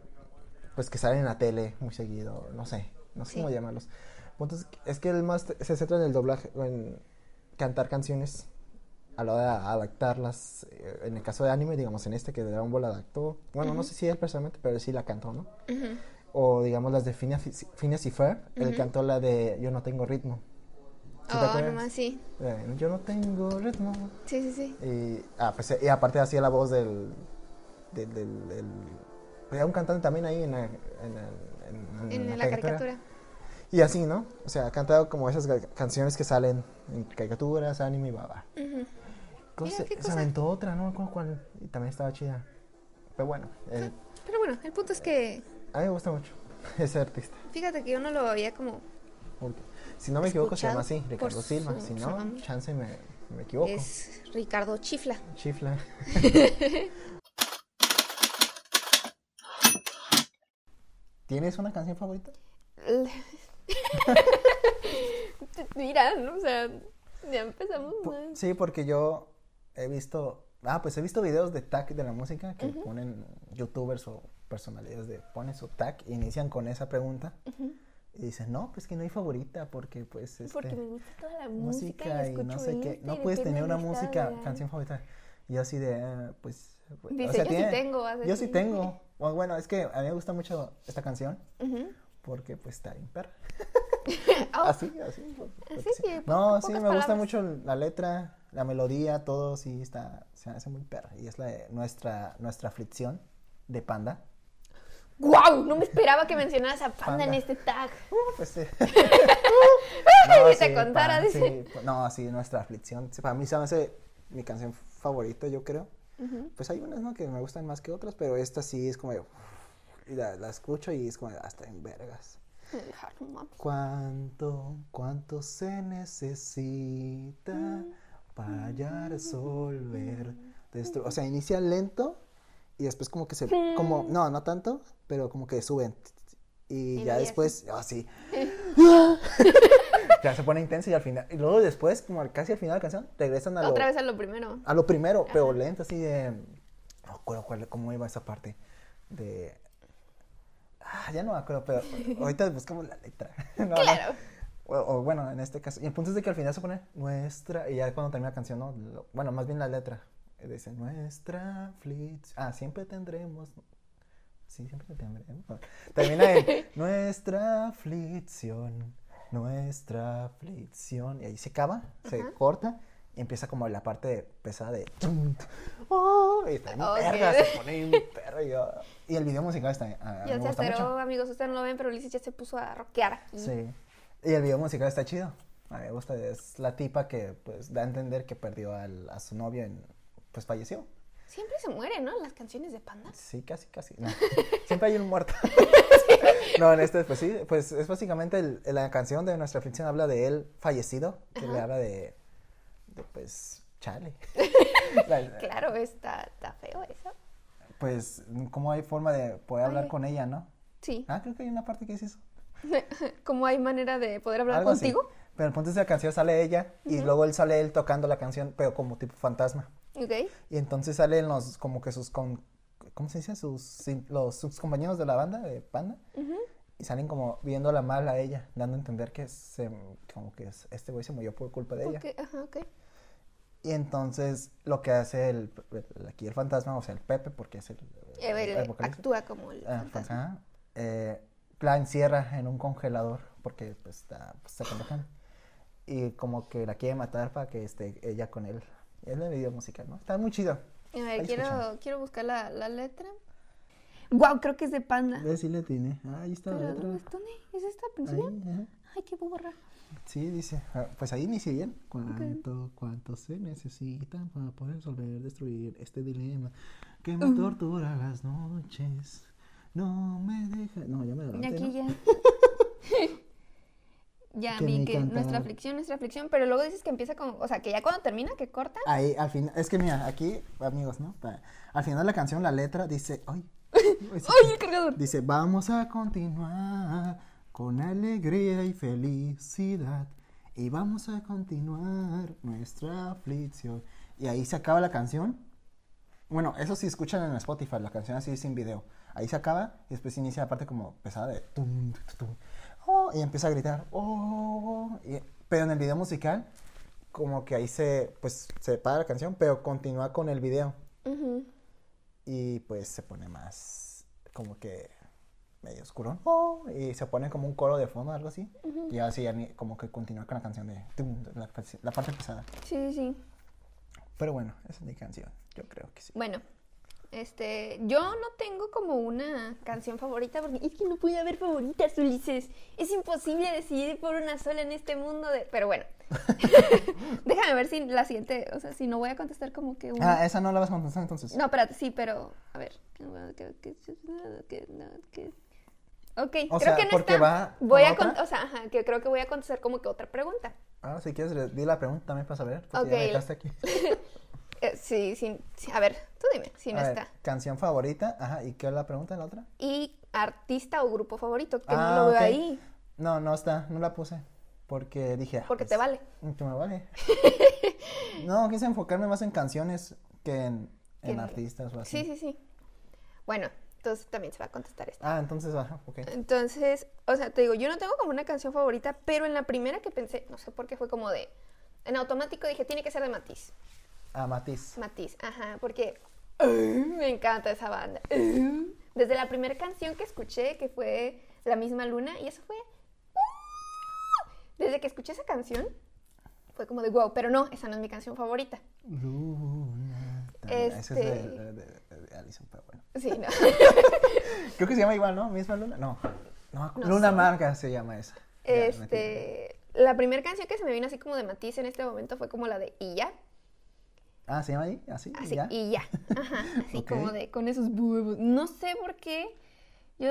S1: pues que salen en la tele muy seguido no sé no sé
S2: Sí.
S1: cómo llamarlos entonces es que él más te- se centra en el doblaje en cantar canciones a la hora de adaptarlas, eh, en el caso de anime, digamos en este que Dragon Ball adaptó, bueno, no sé si él personalmente, pero él sí la cantó, ¿no? O digamos las de Phineas y- Phineas y Ferb, él cantó la de Yo no tengo ritmo. ¿Sí te
S2: Oh,
S1: acuerdas?
S2: nomás sí.
S1: Eh, Yo no tengo ritmo.
S2: Sí, sí, sí.
S1: eh, Y, ah, pues, y aparte hacía la voz del, del, del, del- Había un cantante también ahí en la, en el- en- en
S2: En la,
S1: Mm, la
S2: caricatura.
S1: Y así, ¿no? O sea, ha cantado como esas ca- canciones que salen en caricaturas, anime y baba.
S2: Mira,
S1: Entonces,
S2: qué
S1: se
S2: cosa.
S1: aventó otra, no me acuerdo cuál. Y también estaba chida. Pero bueno, eh,
S2: Pero bueno, el punto es que,
S1: a mí me gusta mucho ese artista.
S2: fíjate que yo no lo había como
S1: Punto. Si no me equivoco, se llama
S2: Escuchado
S1: así, Ricardo
S2: por
S1: Silva.
S2: su-
S1: Si
S2: su
S1: no,
S2: nombre.
S1: chance me, me equivoco.
S2: es Ricardo Chifla.
S1: Chifla. ¿Tienes una canción favorita?
S2: Mira, ¿no? o sea, ya empezamos. ¿no?
S1: Sí, porque yo he visto. Ah, pues he visto videos de tag de la música que ponen youtubers o personalidades de ponen su tag e inician con esa pregunta. Y dicen, no, pues que no hay favorita porque, pues. Este,
S2: Porque me gusta toda la música,
S1: música
S2: y,
S1: y
S2: la
S1: no sé
S2: escucho este, en
S1: qué.
S2: Instagram,
S1: No puedes tener una
S2: tiene mi
S1: música,
S2: lista de-
S1: canción favorita. Y yo así de, ah, pues. pues,
S2: Dice, yo sí tengo, vas
S1: Yo
S2: a
S1: sí
S2: decir.
S1: tengo. Bueno, Bueno, es que a mí me gusta mucho esta canción
S2: Ujú.
S1: porque, pues, está bien perra.
S2: Au.
S1: Así, así. por- porque sí.
S2: que, pues,
S1: no,
S2: con
S1: sí, me
S2: pocas
S1: gusta
S2: palabras.
S1: mucho la letra, la melodía, todo, sí, está, se hace muy perra. Y es la de nuestra, nuestra aflicción de panda.
S2: ¡Guau! No me esperaba que mencionaras a Panda, en
S1: Panda.
S2: este tag.
S1: Pues sí.
S2: Ni te contara,
S1: pa- sí,
S2: dice.
S1: pa- no, sí, nuestra aflicción. Sí, Para mí se me hace mi canción favorita, yo creo. Pues hay unas, ¿no? Que me gustan más que otras, pero esta sí es como de, y la, la escucho y es como de, hasta en vergas.
S2: Ah, no mames.
S1: ¿Cuánto, cuánto se necesita para ya resolver? destru- O sea, inicia lento y después como que se... Como, no, no tanto, pero como que suben. Y
S2: Y
S1: ya
S2: luego ya
S1: después, así. ya se pone intenso y al final... Y luego después, como al- casi al final de la canción, regresan a lo,
S2: Otra vez a lo primero.
S1: a lo primero, pero lento, así de... No me acuerdo cuál- cómo iba esa parte de... Ah, ya no me acuerdo, pero ahorita buscamos la letra. No, no.
S2: Claro.
S1: O, o bueno, en este caso. Y el punto es de que al final se pone nuestra. Y ya cuando termina la canción, ¿no? Lo- bueno, más bien la letra. eh, Dice nuestra flitz. Ah, siempre tendremos. Sí, siempre te tendremos. no. Termina en nuestra aflicción. Nuestra aflicción. Y ahí se acaba, se corta. Y empieza como la parte pesada de. tum, tum, oh, y está bien
S2: Ok.
S1: perra, se pone bien perra. Y, yo- y el video musical Ah, está. a- a mí
S2: Ya
S1: me
S2: se
S1: gusta mucho.
S2: alteró, amigos. Ustedes no lo ven, pero Ulises ya se puso a rockear aquí.
S1: Sí. Y el video musical está chido. A mí me gusta. Es la tipa que pues da a entender que perdió al- a su novio en pues falleció.
S2: Siempre se mueren, ¿no? Las canciones de Panda.
S1: Sí, casi, casi. No. Siempre hay un muerto. no, en este, pues sí, pues es básicamente el- la canción de nuestra ficción habla de él fallecido, que le habla de, de, pues, chale. La-
S2: Claro, está, está feo eso.
S1: Pues, ¿cómo hay forma de poder hablar con ella, no?
S2: Sí.
S1: Ah, creo que hay una parte que dice eso.
S2: ¿Cómo hay manera de poder hablar
S1: Algo así.
S2: contigo?
S1: Pero el punto es que la canción sale ella y luego él sale él tocando la canción, pero como tipo fantasma.
S2: Ok.
S1: Y entonces salen los, como que sus, con, ¿cómo se dice? Sus, sin- los sus compañeros de la banda, de Panda. Y salen como viéndola mal a ella, dando a entender que se, como que es- este güey se murió por culpa de ella.
S2: Ok, ajá, ok.
S1: Y entonces lo que hace el, el- aquí el fantasma, o sea, el Pepe, porque es el,
S2: Eh,
S1: el-
S2: él
S1: Ah, el vocalista.
S2: actúa como el
S1: Ah,
S2: fantasma.
S1: ajá. Eh, la encierra en un congelador porque pues, está, pues, está pendeja. Y como que la quiere matar para que esté ella con él. Es la video musical, ¿no? Está muy chido.
S2: A ver,
S1: Ahí
S2: quiero,
S1: escuchan.
S2: quiero buscar la, la letra. Wow, creo que es de panda.
S1: Ve si le tiene. Ah, ahí está
S2: Pero,
S1: la letra.
S2: ¿dónde, dónde? ¿Es esta al
S1: Ahí,
S2: principio?
S1: ajá.
S2: Ay, qué burra.
S1: Sí, dice. Ah, Pues ahí inicia bien. ¿Cuánto, cuánto se necesita para poder resolver, destruir este dilema que me tortura las noches? No me deja. No, ya me
S2: Y
S1: adelanté,
S2: aquí
S1: ¿no?
S2: ya. ya
S1: Que
S2: vi
S1: me
S2: que
S1: encanta.
S2: nuestra aflicción, nuestra aflicción, pero luego dices que empieza con. O sea, que ya cuando termina, que corta.
S1: Ahí, al final, es que mira, aquí, amigos, ¿no? Pa- al final de la canción, la letra dice, ay,
S2: ¡Ay, el cargador!
S1: dice, vamos a continuar con alegría y felicidad y vamos a continuar nuestra aflicción. Y ahí se acaba la canción. Bueno, eso sí escuchan en Spotify, la canción así sin video. Ahí se acaba y después inicia la parte como pesada de... tum, tu, tu, tu. Oh, y empieza a gritar. Oh, oh, y- pero en el video musical, como que ahí se, pues, se para la canción, pero continúa con el video. Y pues se pone más como que medio oscuro. Oh, y se pone como un coro de fondo, algo así. Y así ya ni- como que continúa con la canción de... tum, la, la parte pesada.
S2: Sí, sí, sí.
S1: Pero bueno, esa es mi canción, yo creo que sí.
S2: Bueno, Este, yo no tengo como una canción favorita porque es que no puede haber favoritas, Ulises. Es imposible decidir por una sola en este mundo de. Pero bueno. Déjame ver si la siguiente, o sea, si no voy a contestar como que una.
S1: Ah, esa no la vas a contestar entonces.
S2: Mm. No, espérate, sí, pero. A ver. Ok, creo
S1: sea,
S2: que no
S1: porque
S2: está.
S1: va con
S2: voy a
S1: otra.
S2: con- o sea, ajá, que creo que voy a contestar como que otra pregunta.
S1: Ah, si quieres, le- di la pregunta también para saber. Porque ya
S2: Ok.
S1: me dejaste aquí.
S2: Eh, sí, sí, sí, a ver, tú dime si no
S1: A ver,
S2: está.
S1: canción favorita. Ajá, ¿y qué es la pregunta la otra?
S2: Y artista o grupo favorito, que
S1: Ah,
S2: no lo veo
S1: ok.
S2: ahí.
S1: No, no está, no la puse. Porque dije. ah,
S2: Porque te vale.
S1: Que me vale. no, quise enfocarme más en canciones que en, en
S2: Que-
S1: artistas o así.
S2: Sí, sí, sí. Bueno, entonces también se va a contestar esta.
S1: Ah, entonces, ajá, ok.
S2: Entonces, o sea, te digo, yo no tengo como una canción favorita, pero en la primera que pensé, no sé por qué fue como de. En automático dije, tiene que ser de Matiz.
S1: Ah, Matiz.
S2: Matiz, ajá, porque ¡ay! me encanta esa banda. ¡ay! Desde la primera canción que escuché, que fue La misma luna, y eso fue... ¡ah! Desde que escuché esa canción, fue como de wow, pero no, esa no es mi canción favorita.
S1: Luna. también, Ese es
S2: Este-
S1: de, de- de- de Alison, pero bueno.
S2: Sí, no.
S1: Creo que se llama igual, ¿no? ¿Misma Luna? No. no,
S2: No
S1: Luna
S2: sé.
S1: Amarga se llama esa. Ya, mentira.
S2: este, la primera canción que se me vino así como de Matiz en este momento fue como la de Y ya,
S1: Ah, ¿se llama ahí? ¿Así?
S2: Así,
S1: ¿Ya?
S2: y ya. Ajá, así
S1: Ok.
S2: como de con esos huevos. No sé por qué. Yo,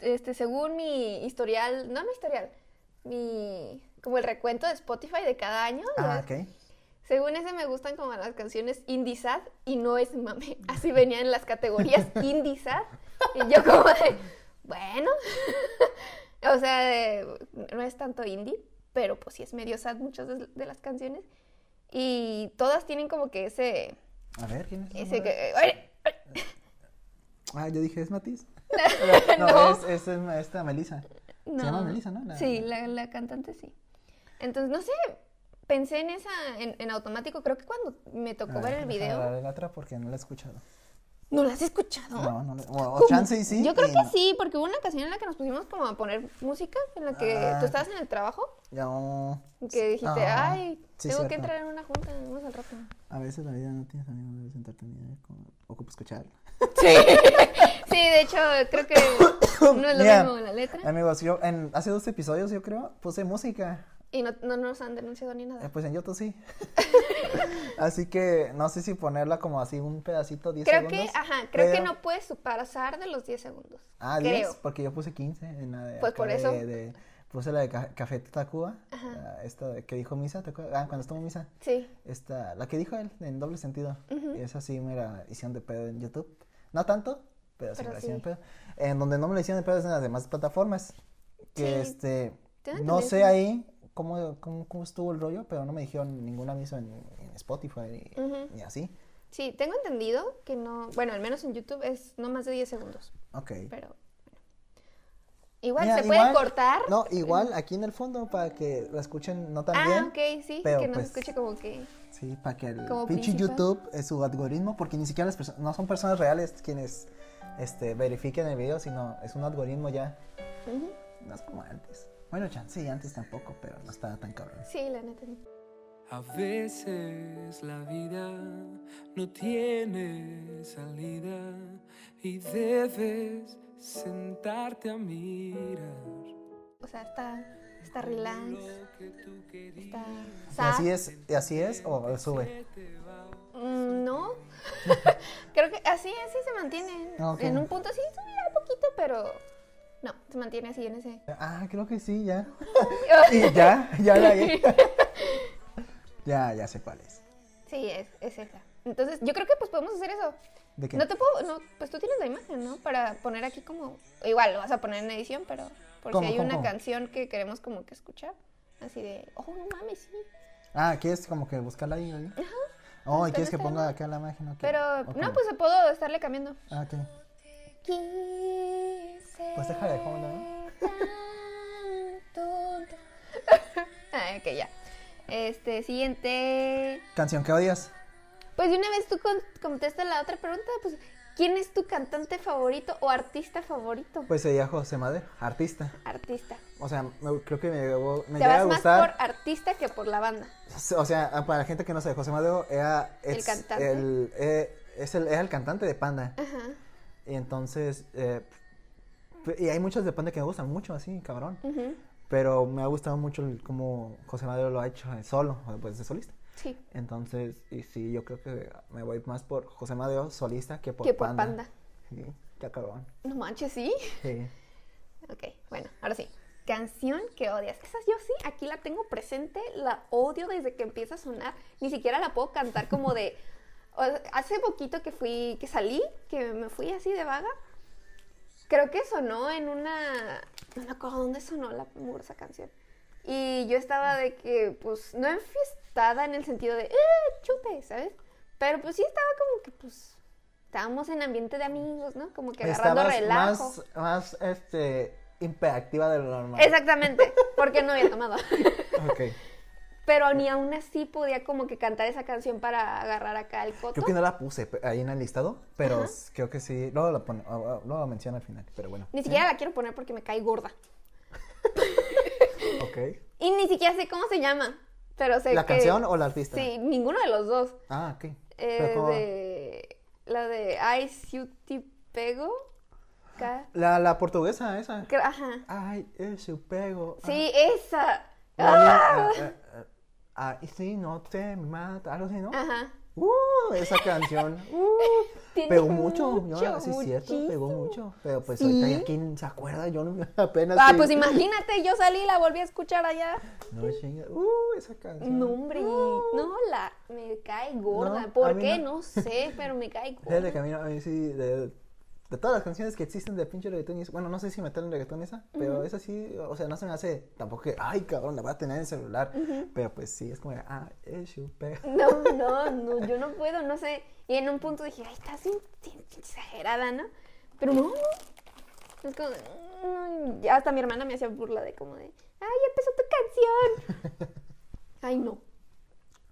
S2: este, según mi historial, no mi historial, mi. como el recuento de Spotify de cada año.
S1: Ah,
S2: ya-
S1: ok.
S2: Según ese me gustan como las canciones indie sad y no es mame. Así venían las categorías indie sad. Y yo como de, bueno. o sea, de- no es tanto indie, pero pues sí es medio sad muchas de, de las canciones. Y todas tienen como que ese...
S1: A ver, ¿quién es? esa
S2: ese
S1: morra?
S2: que, "Oye,
S1: Ah, yo dije, ¿es Matiz?
S2: No.
S1: es, es, es esta Melissa.
S2: No.
S1: Se llama Melissa, ¿no? La-
S2: sí, la, la cantante sí. Entonces, no sé, pensé en esa, en, en automático, creo que cuando me
S1: A
S2: tocó
S1: ver,
S2: ver el
S1: déjame
S2: video.
S1: agarrar la otra porque no la he escuchado.
S2: ¿No la has escuchado?
S1: No, no. la- O, o
S2: ¿Cómo?
S1: chance y sí.
S2: Yo creo
S1: y
S2: que
S1: no.
S2: sí, porque hubo una ocasión en la que nos pusimos como a poner música, en la que
S1: Ah.
S2: tú estabas en el trabajo,
S1: No.
S2: que dijiste,
S1: Ah,
S2: ay,
S1: sí,
S2: tengo
S1: cierto.
S2: que entrar en una junta, vamos al rato.
S1: A veces la vida no tienes amigos, debes entretenida. Ocupa escuchar.
S2: Sí. sí, de hecho, creo que no es lo
S1: Mira,
S2: mismo la letra.
S1: Amigos, yo en, hace dos episodios, yo creo, puse música.
S2: Y no, no nos han denunciado ni
S1: Eh,
S2: nada.
S1: pues en YouTube sí. así que no sé si ponerla como así un pedacito, 10
S2: Creo que,
S1: segundos.
S2: ajá, creo que
S1: pero-
S2: no puedes pasar de los 10 segundos.
S1: Ah, 10,
S2: creo.
S1: porque yo puse 15 en la de
S2: Pues por
S1: acá de-
S2: eso.
S1: de- puse la de Ca- Café Tacuba, ah, esta de- que dijo Misa, ¿te acuerdas? Ah, cuando estuvo Misa.
S2: Sí.
S1: Esta, la que dijo él, en doble sentido. Esa sí me la hicieron de pedo en YouTube. No tanto, pero sí
S2: Pero
S1: me la hicieron
S2: sí.
S1: de pedo. En donde no me la hicieron de pedo es en las demás plataformas. Que
S2: Sí.
S1: este,
S2: Tengo
S1: no sé
S2: entendido.
S1: ahí cómo, cómo, cómo estuvo el rollo, pero no me dijeron ningún aviso en, en Spotify ni,
S2: Ujú.
S1: ni así.
S2: Sí, tengo entendido que no, bueno, al menos en YouTube es no más de 10 segundos,
S1: Ok.
S2: pero bueno. Igual
S1: Mira,
S2: se puede
S1: igual-
S2: cortar.
S1: No, igual aquí en el fondo para que la escuchen no tan bien.
S2: Ah, ok, sí,
S1: pero
S2: que no
S1: pues-
S2: se escuche como que...
S1: Sí, para que el
S2: Como
S1: pinche
S2: principal.
S1: YouTube es su algoritmo, porque ni siquiera las personas, no son personas reales quienes este, verifiquen el video, sino es un algoritmo ya,
S2: Ujú.
S1: no es como antes. Bueno, chance, y antes tampoco, pero no estaba tan cabrón.
S2: Sí, la neta. sí.
S5: A veces la vida no tiene salida y debes sentarte a mirar
S2: O sea, está, está relax,
S5: lo que tú querías.
S2: está
S1: Y así
S2: sad.
S1: es, y así es, o sube.
S2: Mm, no. Creo que así, así se mantiene.
S1: Ah, ok.
S2: En un punto sí subirá un poquito, pero no, se mantiene así en ese.
S1: Ah, creo que sí, ya. y ya, ya la hallé. Ya, ya sé cuál es.
S2: Sí, es, es esa. Entonces, yo creo que pues podemos hacer eso.
S1: ¿De qué?
S2: No te puedo, no, pues tú tienes la imagen, ¿no? Para poner aquí como, igual lo vas a poner en edición, pero por si
S1: ¿Cómo,
S2: hay
S1: cómo,
S2: una
S1: cómo?
S2: canción que queremos como que escuchar, así de, oh, no mames, sí.
S1: Ah, ¿quieres como que buscarla ahí? ahí? Oh, ¿y
S2: Pero
S1: quieres que
S2: está
S1: ponga
S2: bien.
S1: acá la máquina? Ok,
S2: Pero,
S1: ok.
S2: no, pues puedo estarle cambiando.
S1: Ah, ok.
S2: Quise
S1: Pues déjala de fondo, ¿no?
S2: tanto. Ah, ok, ya. Este, siguiente.
S1: Canción que odias.
S2: Pues de una vez tú con- contestas la otra pregunta, pues, ¿quién es tu cantante favorito o artista favorito?
S1: Pues sería José Madero, artista.
S2: Artista.
S1: O sea, me- creo que me, llegó- me
S2: Te
S1: llega a
S2: vas más por
S1: gustar.
S2: artista que por la banda.
S1: ah, O sea, para la gente que no sabe, José Madero era
S2: El cantante.
S1: el- eh, es el, era el cantante de Panda.
S2: Ajá.
S1: Y entonces, eh, p- y hay muchos de Panda que me gustan mucho, así, cabrón.
S2: Ujú.
S1: Pero me ha gustado mucho el- cómo José Madero lo ha hecho eh, solo, pues de solista.
S2: Sí.
S1: Entonces, y sí, yo creo que me voy más por José Madero solista que por
S2: Que por
S1: Panda.
S2: Panda.
S1: Sí, ya cabrón.
S2: No manches, sí.
S1: Sí.
S2: Ok, bueno, ahora sí. Canción que odias. Esa yo sí, aquí la tengo presente, la odio desde que empieza a sonar. Ni siquiera la puedo cantar como de... o- hace poquito que fui, que salí, que me fui así de vaga. Creo que sonó en una... No me acuerdo dónde sonó la esa canción. Y yo estaba de que, pues, no enfiestada en el sentido de, ¡eh, chute! ¿Sabes? Pero pues sí estaba como que, pues, estábamos en ambiente de amigos, ¿no? Como que agarrando
S1: Estabas
S2: relajo.
S1: más, más, este, hiperactiva de lo normal.
S2: Exactamente, porque no había tomado.
S1: Ok.
S2: Pero ni aún así podía como que cantar esa canción para agarrar acá el coto.
S1: Creo que no la puse pe- ahí en el listado, pero
S2: Ajá.
S1: s- creo que sí. Luego la pone, ah, ah, luego la menciona al final, pero bueno.
S2: Ni siquiera la quiero poner porque me cae gorda.
S1: Ok.
S2: Y ni siquiera sé cómo se llama. Pero sé
S1: ¿La
S2: que-
S1: canción o la artista?
S2: Sí, ninguno de los dos.
S1: Ah, ok.
S2: Eh,
S1: Pero ¿cómo va?
S2: de- La de Ay, si u ti pego. ca-
S1: La, la portuguesa esa.
S2: cra- Ajá.
S1: Ay, es su pego.
S2: Sí, esa.
S1: Ah, la
S2: ¡Ah!
S1: niña, ah, ah, ah, y si no te mata, algo así, ¿no?
S2: Ajá.
S1: Uh, esa canción. Uh,
S2: Tiene
S1: Pegó mucho, yo
S2: mucho,
S1: sí es cierto, pegó
S2: muchísimo.
S1: mucho. Pero pues
S2: Sí.
S1: ahorita ya quién se acuerda, yo no, apenas.
S2: Ah,
S1: sí.
S2: pues imagínate, yo salí y la volví a escuchar allá.
S1: No chinga. Uh, esa canción.
S2: No, hombre, no, la, me cae gorda.
S1: No, a
S2: ¿Por
S1: mí
S2: qué?
S1: no.
S2: No. sé, pero me cae gorda.
S1: Desde camino, a mí sí, de, de todas las canciones que existen de pinche reggaetón y eso, bueno, no sé si meter en reggaetón esa, pero esa sí, o sea, no se me hace tampoco que, ay, cabrón, la va a tener en el celular, pero pues sí, es como, de, ah, es súper.
S2: No, no, no, yo no puedo, no sé. Y en un punto dije, ay, estás bien- bien exagerada, ¿no? Pero no, no. Es como, no, y hasta mi hermana me hacía burla de como de, ay, ya empezó tu canción. Ay, no.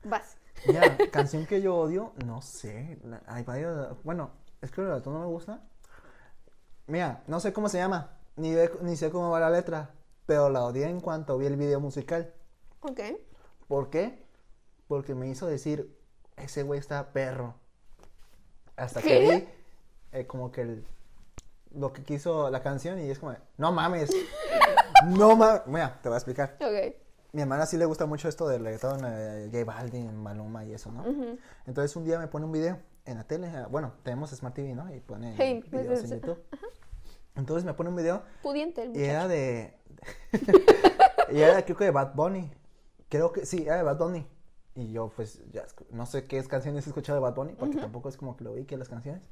S2: Vas.
S1: Mira, canción que yo odio, no sé, la- hay varios, bueno, es que el reggaetón no me gusta. Mira, no sé cómo se llama, ni, ve- ni sé cómo va la letra, pero la odié en cuanto vi el video musical.
S2: Ok.
S1: ¿Por qué? Porque me hizo decir, ese güey está perro. Hasta que
S2: ¿Qué?
S1: vi eh, como que el- lo que quiso la canción y es como, no mames, no mames. Mira, te voy a explicar.
S2: Ok.
S1: Mi hermana sí le gusta mucho esto del reggaetón, eh, J Balvin, Maluma y eso, ¿no? Entonces un día me pone un video en la tele, eh, bueno, tenemos Smart TV, ¿no? Y pone
S2: Hey, pues,
S1: videos
S2: es-
S1: en YouTube. Entonces me pone un video
S2: Pudiente el
S1: y
S2: muchacho.
S1: era de. y era creo que de Bad Bunny. Creo que sí, era de Bad Bunny. Y yo, pues, ya escu- no sé qué es- canciones he escuchado de Bad Bunny, porque tampoco es como que lo vi que las canciones.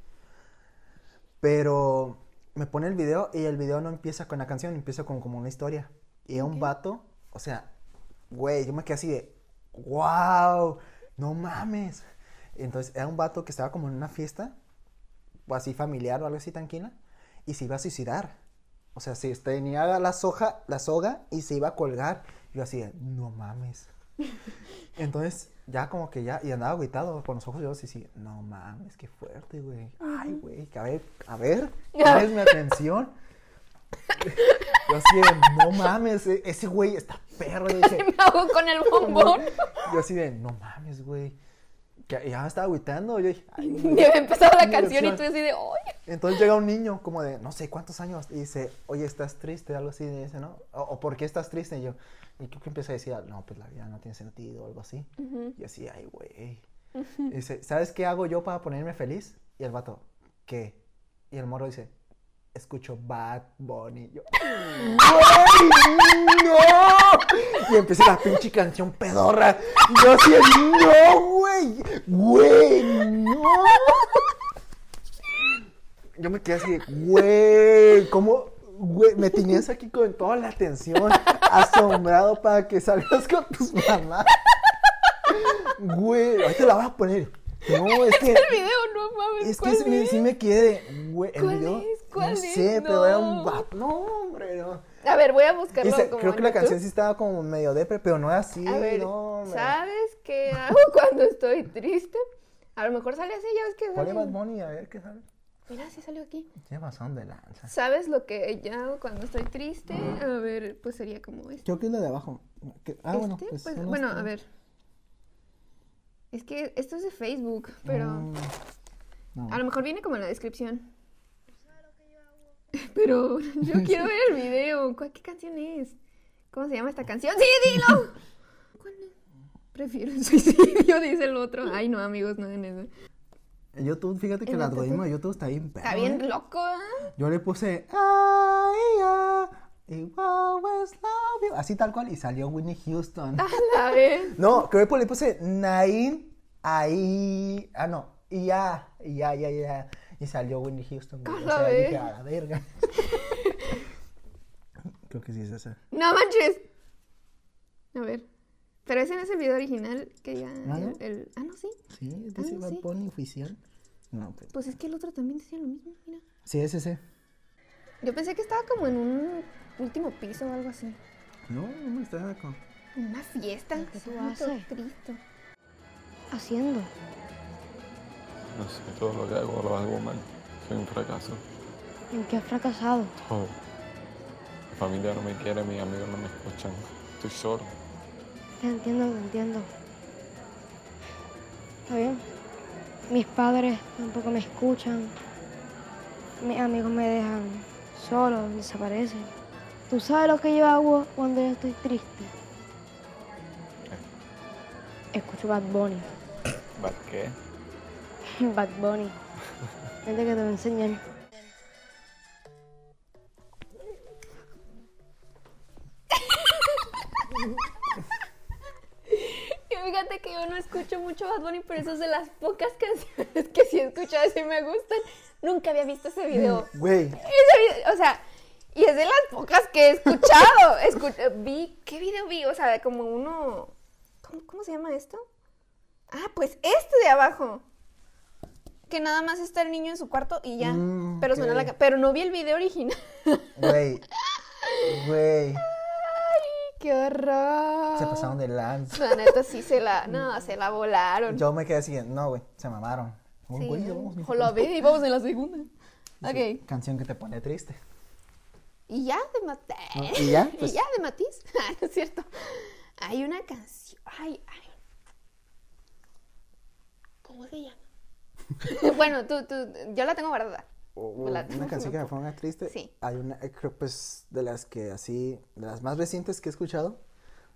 S1: Pero me pone el video y el video no empieza con la canción, empieza con como una historia. Y era un vato, o sea, güey, yo me quedé así de, wow, no mames. Y entonces era un vato que estaba como en una fiesta, o así familiar o algo así tranquila, y se iba a suicidar. O sea, se tenía la soja, la soga y se iba a colgar. Y yo así, de, no mames. Entonces, ya como que ya, y andaba agüitado con los ojos yo así, sí, no mames, qué fuerte, güey. Ay, güey, que a ver, a ver, es mi atención. Yo así, de, no mames, e- ese güey está perro. Yo dije,
S2: Me hago con el bombón.
S1: yo así de, no mames, güey. Que Ya me estaba agüitando. Yo dije, ay, güey.
S2: Ya había empezado la
S1: Mi
S2: canción y
S1: versión.
S2: tú así de, ¡ay!
S1: Entonces llega un niño como de no sé cuántos años y dice, oye, estás triste, algo así, dice, ¿no? O, o, ¿por qué estás triste? Y yo, y creo que empieza a decir, no, pues la vida no tiene sentido, algo así. Y así, ay, güey. Y dice, ¿sabes qué hago yo para ponerme feliz? Y el vato, ¿qué? Y el morro dice, escucho Bad Bunny. Y yo, ¡güey! ¡No! Y empieza la pinche canción pedorra. Y yo así, ¡no, güey! ¡Güey, no! Yo me quedé así de, güey, ¿cómo? Güey, me tenías aquí con toda la atención, asombrado para que salgas con tus mamás. Güey, ahorita la vas a poner. No, es que,
S2: El video, no mames.
S1: es que
S2: ¿cuál
S1: sí me-
S2: es?
S1: sí me quedé, güey, el
S2: ¿Cuál
S1: video,
S2: es? ¿Cuál
S1: no
S2: es?
S1: sé, pero era un
S2: No.
S1: vato, no, hombre, no.
S2: A ver, voy a
S1: Y
S2: buscarlo.
S1: se-
S2: como
S1: creo que
S2: en
S1: la
S2: YouTube.
S1: canción sí estaba como medio depre, pero no era así,
S2: A ver,
S1: no, hombre.
S2: ¿sabes qué hago cuando estoy triste? A lo mejor sale así, ya ves que
S1: ¿Cuál
S2: sale.
S1: es Bad Bunny? A ver, ¿qué sabe?
S2: Mira, sí salió aquí.
S1: Lleva son de lanza.
S2: ¿Sabes lo que yo hago cuando estoy triste? A ver, pues sería como este.
S1: Creo que es la de abajo. Que- Ah, bueno,
S2: Este,
S1: pues,
S2: pues,
S1: no
S2: bueno,
S1: está-
S2: a ver. Es que esto es de Facebook, pero.
S1: Mm. No.
S2: A lo mejor viene como en la descripción. Pero yo quiero ver el video. ¿Cuál, ¿Qué canción es? ¿Cómo se llama esta canción? ¡Sí, dilo! ¿Cuál es? Prefiero el suicidio, dice el otro. Ay, no, amigos, no hagan eso.
S1: YouTube, fíjate que
S2: En
S1: el
S2: la
S1: algoritmo de YouTube está bien perro.
S2: Está bien
S1: ¿eh?
S2: loco, ¿eh?
S1: Yo le puse ay, ah, y always love you", Así tal cual, y salió Whitney Houston.
S2: A la vez.
S1: No, creo que le puse Nain ahí. Ah, no. Y ya, y ya, ya, ya. Y salió Whitney Houston. güey. O
S2: Cala,
S1: sea,
S2: ve.
S1: dije, a la verga. creo que sí es esa.
S2: No manches. A ver. Pero es en ese video original que ya.
S1: ¿Ah, no?
S2: el, el- ah, no, sí.
S1: Sí,
S2: Ah,
S1: dice
S2: no,
S1: Bad
S2: sí.
S1: Bunny oficial. No, pues.
S2: Pues es que el otro también decía lo mismo, mira.
S1: Sí, es ese.
S2: Yo pensé que estaba como en un último piso o algo así.
S1: No, no me está con.
S2: En Una fiesta.
S6: ¿Qué tú
S2: Santo
S6: haces?
S2: Cristo.
S6: haciendo?
S7: No sé, todo lo que hago lo hago mal. Soy un fracaso.
S6: ¿En qué has fracasado?
S7: Todo. Mi familia no me quiere, mis amigos no me escuchan. Estoy solo.
S6: Te entiendo, te entiendo. Está bien. Mis padres tampoco me escuchan. Mis amigos me dejan solo, desaparecen. ¿Tú sabes lo que yo hago cuando yo estoy triste? Escucho Bad Bunny.
S7: ¿Para qué?
S6: Bad Bunny. Vente que te voy a enseñar.
S2: Y fíjate que yo no escucho mucho Bad Bunny, pero eso es de las pocas canciones que sí he escuchado y sí me gustan. Nunca había visto ese video.
S1: Güey,
S2: Ese video, o sea, y es de las pocas que he escuchado. Escu- vi, ¿qué video vi? O sea, como uno. ¿Cómo, cómo se llama esto? Ah, pues este de abajo. Que nada más está el niño en su cuarto y ya.
S1: Mm,
S2: pero suena
S1: ok.
S2: la ca- Pero no vi el video original.
S1: güey, güey.
S2: ¡Qué horror!
S1: Se pasaron de lanza.
S2: La neta sí se la. No, se la volaron.
S1: Yo me quedé así, no, güey, se mamaron. Oh,
S2: Sí.
S1: güey, ya vamos, mijo.
S2: Ojo, la ve, y vamos en la segunda. Ok.
S1: Canción que te pone triste.
S2: Y ya de Matiz.
S1: No, ¿y ya? Pues-
S2: y ya de Matiz. Ah, no es cierto. Hay una canción. Ay, ay. ¿Cómo se llama? bueno, tú, tú, yo la tengo guardada. Me la tengo
S1: Una canción que me
S2: guardada.
S1: ponga triste.
S2: Sí.
S1: Hay una, eh, creo pues, de las que así, de las más recientes que he escuchado,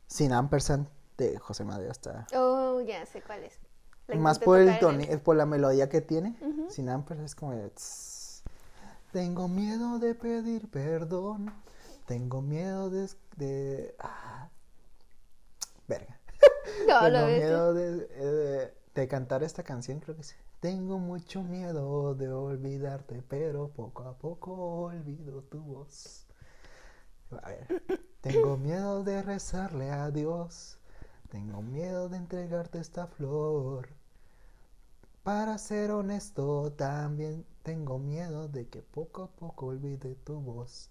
S1: Sin Ampersand de José Madero está.
S2: Oh, ya sé cuál es. La
S1: Más
S2: intenté
S1: por el
S2: tocar en
S1: toni- eh, por la melodía que tiene. Sin Ampersand es como de, "Tss, Tengo miedo de pedir perdón. Tengo miedo de. es- de- ah, verga.
S2: No,
S1: Tengo
S2: lo ves.
S1: miedo de, eh, de cantar esta canción, creo que sí. Tengo mucho miedo de olvidarte, pero poco a poco olvido tu voz. A ver. Tengo miedo de rezarle a Dios. Tengo miedo de entregarte esta flor. Para ser honesto, también tengo miedo de que poco a poco olvide tu voz.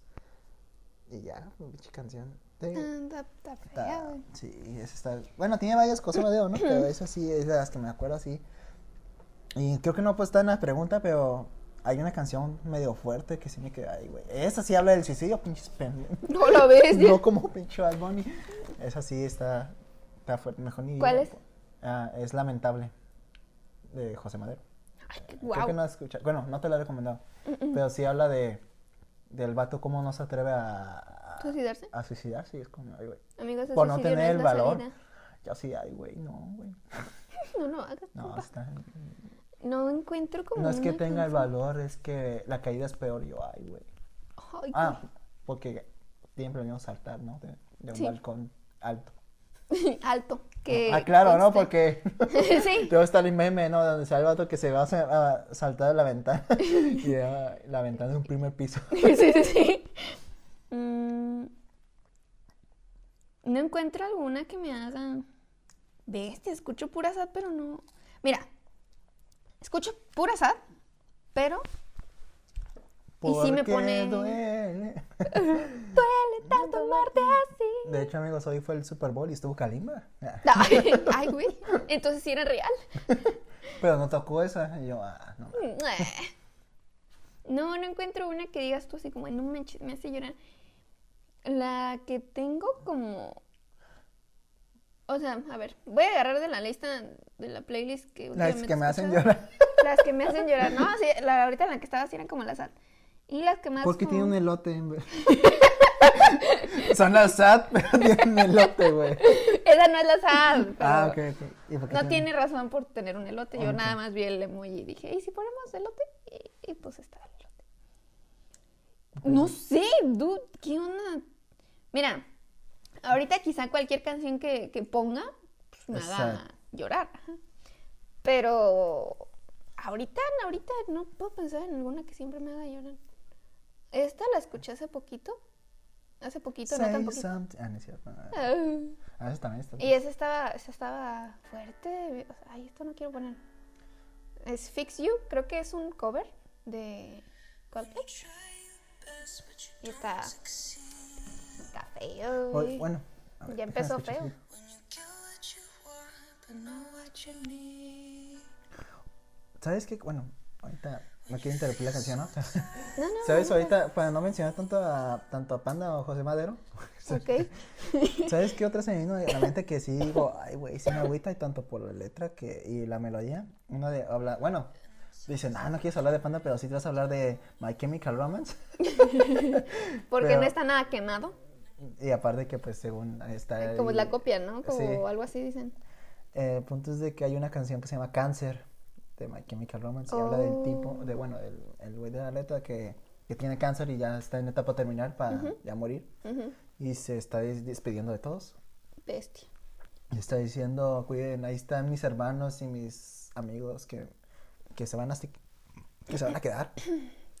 S1: Y ya, pinche canción. Te-
S2: Está- está
S1: Está-
S2: fea, güey.
S1: sí, esa está. Bueno, tiene varias cosas, Madeo, ¿no? Pero esa sí es de las que me acuerdo así. Y creo que no pues está en la pregunta, pero hay una canción medio fuerte que sí me queda ahí, güey. Esa sí habla del suicidio, pinches pendejos.
S2: No lo ves.
S1: No como pinche Bad Bunny. Esa sí está, está fuerte. Mejor ni.
S2: ¿Cuál
S1: digo,
S2: es?
S1: po- Ah, es Lamentable, de José Madero. Creo que
S2: Wow.
S1: no has escuchado. Bueno, no te la he recomendado. Pero sí habla de. Del vato, cómo no se atreve a. a-
S2: ¿Suicidarse?
S1: A suicidarse. Y es como, ay, güey
S2: Amigos, el
S1: por no
S2: suicidio
S1: tener
S2: es
S1: el
S2: la
S1: valor.
S2: salida.
S1: Yo sí, ay, güey, no, güey.
S2: No, no, hagas.
S1: No,
S2: compa.
S1: está-
S2: No encuentro como.
S1: no es que
S2: una
S1: tenga el
S2: canción.
S1: valor, es que la caída es peor. Yo, ay, güey.
S2: Ay,
S1: Ah, porque tienen planeado saltar, ¿no? De, de un
S2: Sí. Eh,
S1: balcón alto.
S2: alto. Que
S1: ah, claro, ¿no?
S2: conste.
S1: Porque
S2: sí.
S1: luego está el meme, ¿no? Donde sale el vato que se va a, sa- a saltar de la ventana. y ah, la ventana de un primer piso.
S2: sí, sí, sí. Mm, no encuentro alguna que me haga. Bestia, escucho pura sad, pero no. Mira, escucho pura sad, pero Y sí me
S1: Porque
S2: pone-
S1: duele.
S2: duele tanto amarte así.
S1: De hecho, amigos, hoy fue el Super Bowl y estuvo Kalimba. Ah,
S2: Ay, ay, güey. Entonces sí era real.
S1: Pero no tocó esa. Y yo, ah, no.
S2: No, no encuentro una que digas tú así como, no manches, me hace llorar. La que tengo como... O sea, a ver, voy a agarrar de la lista, de la playlist que
S1: Las
S2: últimamente
S1: que me
S2: he
S1: hacen
S2: escuchado.
S1: llorar.
S2: Las que me hacen llorar, ¿no? Sí, la, ahorita en la que estaba así eran como las sad. Y las que más.
S1: Porque
S2: como-
S1: tiene un elote, en vez- Son las sad, pero tienen un elote, güey.
S2: Esa no es la sad. pero
S1: Ah, ok, ok. ¿Y por qué
S2: No
S1: tienen-
S2: tiene razón por tener un elote. Yo
S1: Ok.
S2: nada más vi el emoji y dije, ¿y si ponemos elote? Y, y pues está el elote. No sé, dude, ¿qué onda? Mira, ahorita quizá cualquier canción que, que ponga pues, me haga
S1: Exacto.
S2: llorar. ajá. Pero ahorita, ahorita no puedo pensar en alguna que siempre me haga llorar. Esta la escuché hace poquito. Hace poquito, no tan
S1: Say
S2: poquito.
S1: something. Ah, no es cierto. Ah,
S2: Ah.
S1: ah, eso también está.
S2: Y esa estaba, esa estaba fuerte. o sea, Ay, esto no quiero poner. Es Fix You, creo que es un cover de Coldplay. Y está. Está feo.
S1: Oye,
S2: güey.
S1: Bueno. a ver,
S2: Ya
S1: déjame
S2: empezó
S1: escuchar
S2: feo.
S1: un poquito. ¿Sabes qué? Bueno, ahorita no quiero interrumpir la canción, ¿no?
S2: No, no.
S1: ¿Sabes?
S2: no, no.
S1: Ahorita, para no mencionar tanto a, tanto a Panda o José Madero,
S2: Ok.
S1: ¿sabes qué otra se me vino a la mente que sí digo, ay, güey, sí me agüita y tanto por la letra que, y la melodía? Una de habla, bueno, dicen, ah, no quieres hablar de Panda, pero sí te vas a hablar de My Chemical Romance.
S2: Porque
S1: Pero-
S2: no está nada quemado.
S1: Y aparte que, pues, según está.
S2: Como
S1: el-
S2: la copia, ¿no? Como
S1: sí.
S2: algo así dicen.
S1: El punto es de que hay una canción que se llama Cáncer de My Chemical Romance y habla
S2: Oh.
S1: del tipo, de bueno, del el güey de la letra que, que tiene cáncer y ya está en etapa terminal para ya morir y se está des- despidiendo de todos
S2: Bestia.
S1: y está diciendo, cuiden, ahí están mis hermanos y mis amigos que, que se van a esti- que se van a quedar.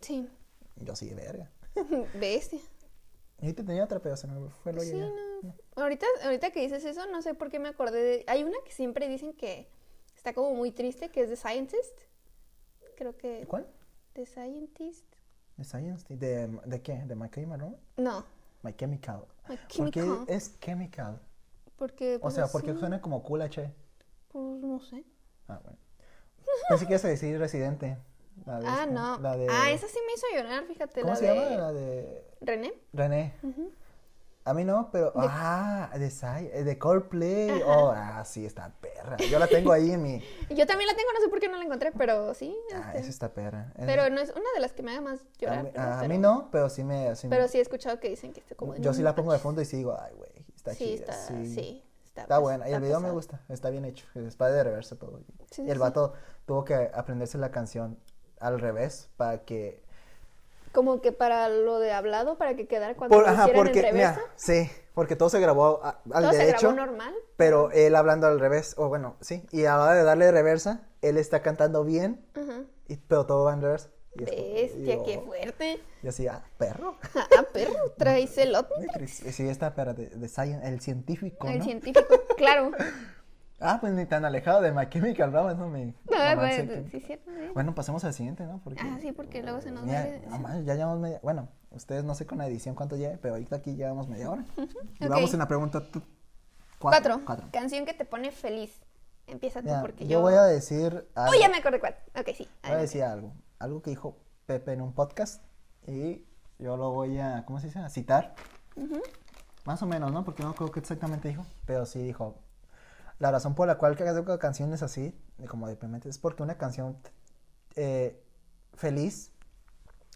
S2: Sí.
S1: Y yo sí, verga.
S2: Bestia.
S1: Y te tenía otra, pero se me fue el hoyo
S2: Sí,
S1: ya.
S2: no. Ahorita, ahorita que dices eso, no sé por qué me acordé de... Hay una que siempre dicen que está como muy triste, que es The Scientist. Creo que...
S1: ¿Cuál?
S2: The Scientist.
S1: ¿De Science? ¿De, de qué? ¿De My Chemical Romance?
S2: No,
S1: My Chemical.
S2: My
S1: Porque
S2: Chemical.
S1: es chemical.
S2: porque...
S1: O
S2: pues,
S1: sea,
S2: así,
S1: porque suena como cool H.
S2: pues, no sé.
S1: Ah, bueno. Pensé que ibas a decir Residente. La de
S2: Ah,
S1: esta-
S2: no.
S1: La de,
S2: Ah, esa sí me hizo llorar, fíjate.
S1: ¿Cómo
S2: la
S1: se
S2: de...
S1: llama? La de
S2: René.
S1: René. A mí no, pero. Ah, de, Sai- eh, de Coldplay. Oh, ah, sí, está perra. Yo la tengo ahí en mi.
S2: Yo también la tengo, no sé por qué no la encontré, pero sí.
S1: Ah,
S2: este,
S1: esa está perra. Es-
S2: Pero no es una de las que me haga más
S1: a
S2: llorar.
S1: mí,
S2: ¿verdad?
S1: a
S2: pero,
S1: mí no, pero sí me. sí me-
S2: Pero sí he escuchado que dicen que está como... de,
S1: yo sí la
S2: "No
S1: pongo de fondo y sí digo, ay, güey, está
S2: manches". Sí,
S1: chida.
S2: está... Sí, está,
S1: Está
S2: pes-
S1: buena. Y el
S2: está
S1: video me
S2: pesada.
S1: gusta. Está bien hecho. Es para de reversa todo.
S2: Sí,
S1: y
S2: sí,
S1: el
S2: sí.
S1: vato tuvo que aprenderse la canción al revés para que.
S2: Como que para lo de hablado, para que quedara cuando
S1: Por-
S2: lo
S1: ajá,
S2: hicieran
S1: porque.
S2: en
S1: mira,
S2: reversa.
S1: sí, porque todo se grabó a- al
S2: todo
S1: derecho.
S2: se grabó normal.
S1: Pero él hablando al revés, o bueno, sí. Y a la hora de darle reversa, él está cantando bien,
S2: Ajá.
S1: y- pero todo va en reversa. Y es como-
S2: Bestia,
S1: digo,
S2: qué fuerte.
S1: Y así, ah, perro.
S2: Ah, perro, traes el otro.
S1: Y Sí, está, pero de, de Science, el científico, ¿no?
S2: El científico, claro.
S1: Ah, pues ni tan alejado de My Chemical Romance, no me...
S2: No,
S1: romance
S2: bueno,
S1: que-
S2: sí, cierto. sí.
S1: Bueno, pasemos al siguiente, ¿no? Porque...
S2: Ah, sí, porque luego se nos va.
S1: Ya,
S2: el-
S1: no más, ya llevamos media... Bueno, ustedes no sé con la edición cuánto lleve, pero ahorita aquí llevamos media hora. Y vamos en la pregunta... tu-
S2: Cuatro.
S1: Cuatro.
S2: Canción que te pone feliz. Empieza tú
S1: Ya,
S2: porque
S1: yo...
S2: yo.
S1: voy a decir... algo.
S2: Uy, ya me acordé cuál. Ok, sí.
S1: Voy a
S2: adelante.
S1: decir algo, algo que dijo Pepe en un podcast y yo lo voy a, ¿cómo se dice? A citar. Más o menos, ¿no? Porque no creo que exactamente dijo, pero sí dijo, la razón por la cual cada canción es así, de como deprimente, es porque una canción eh, feliz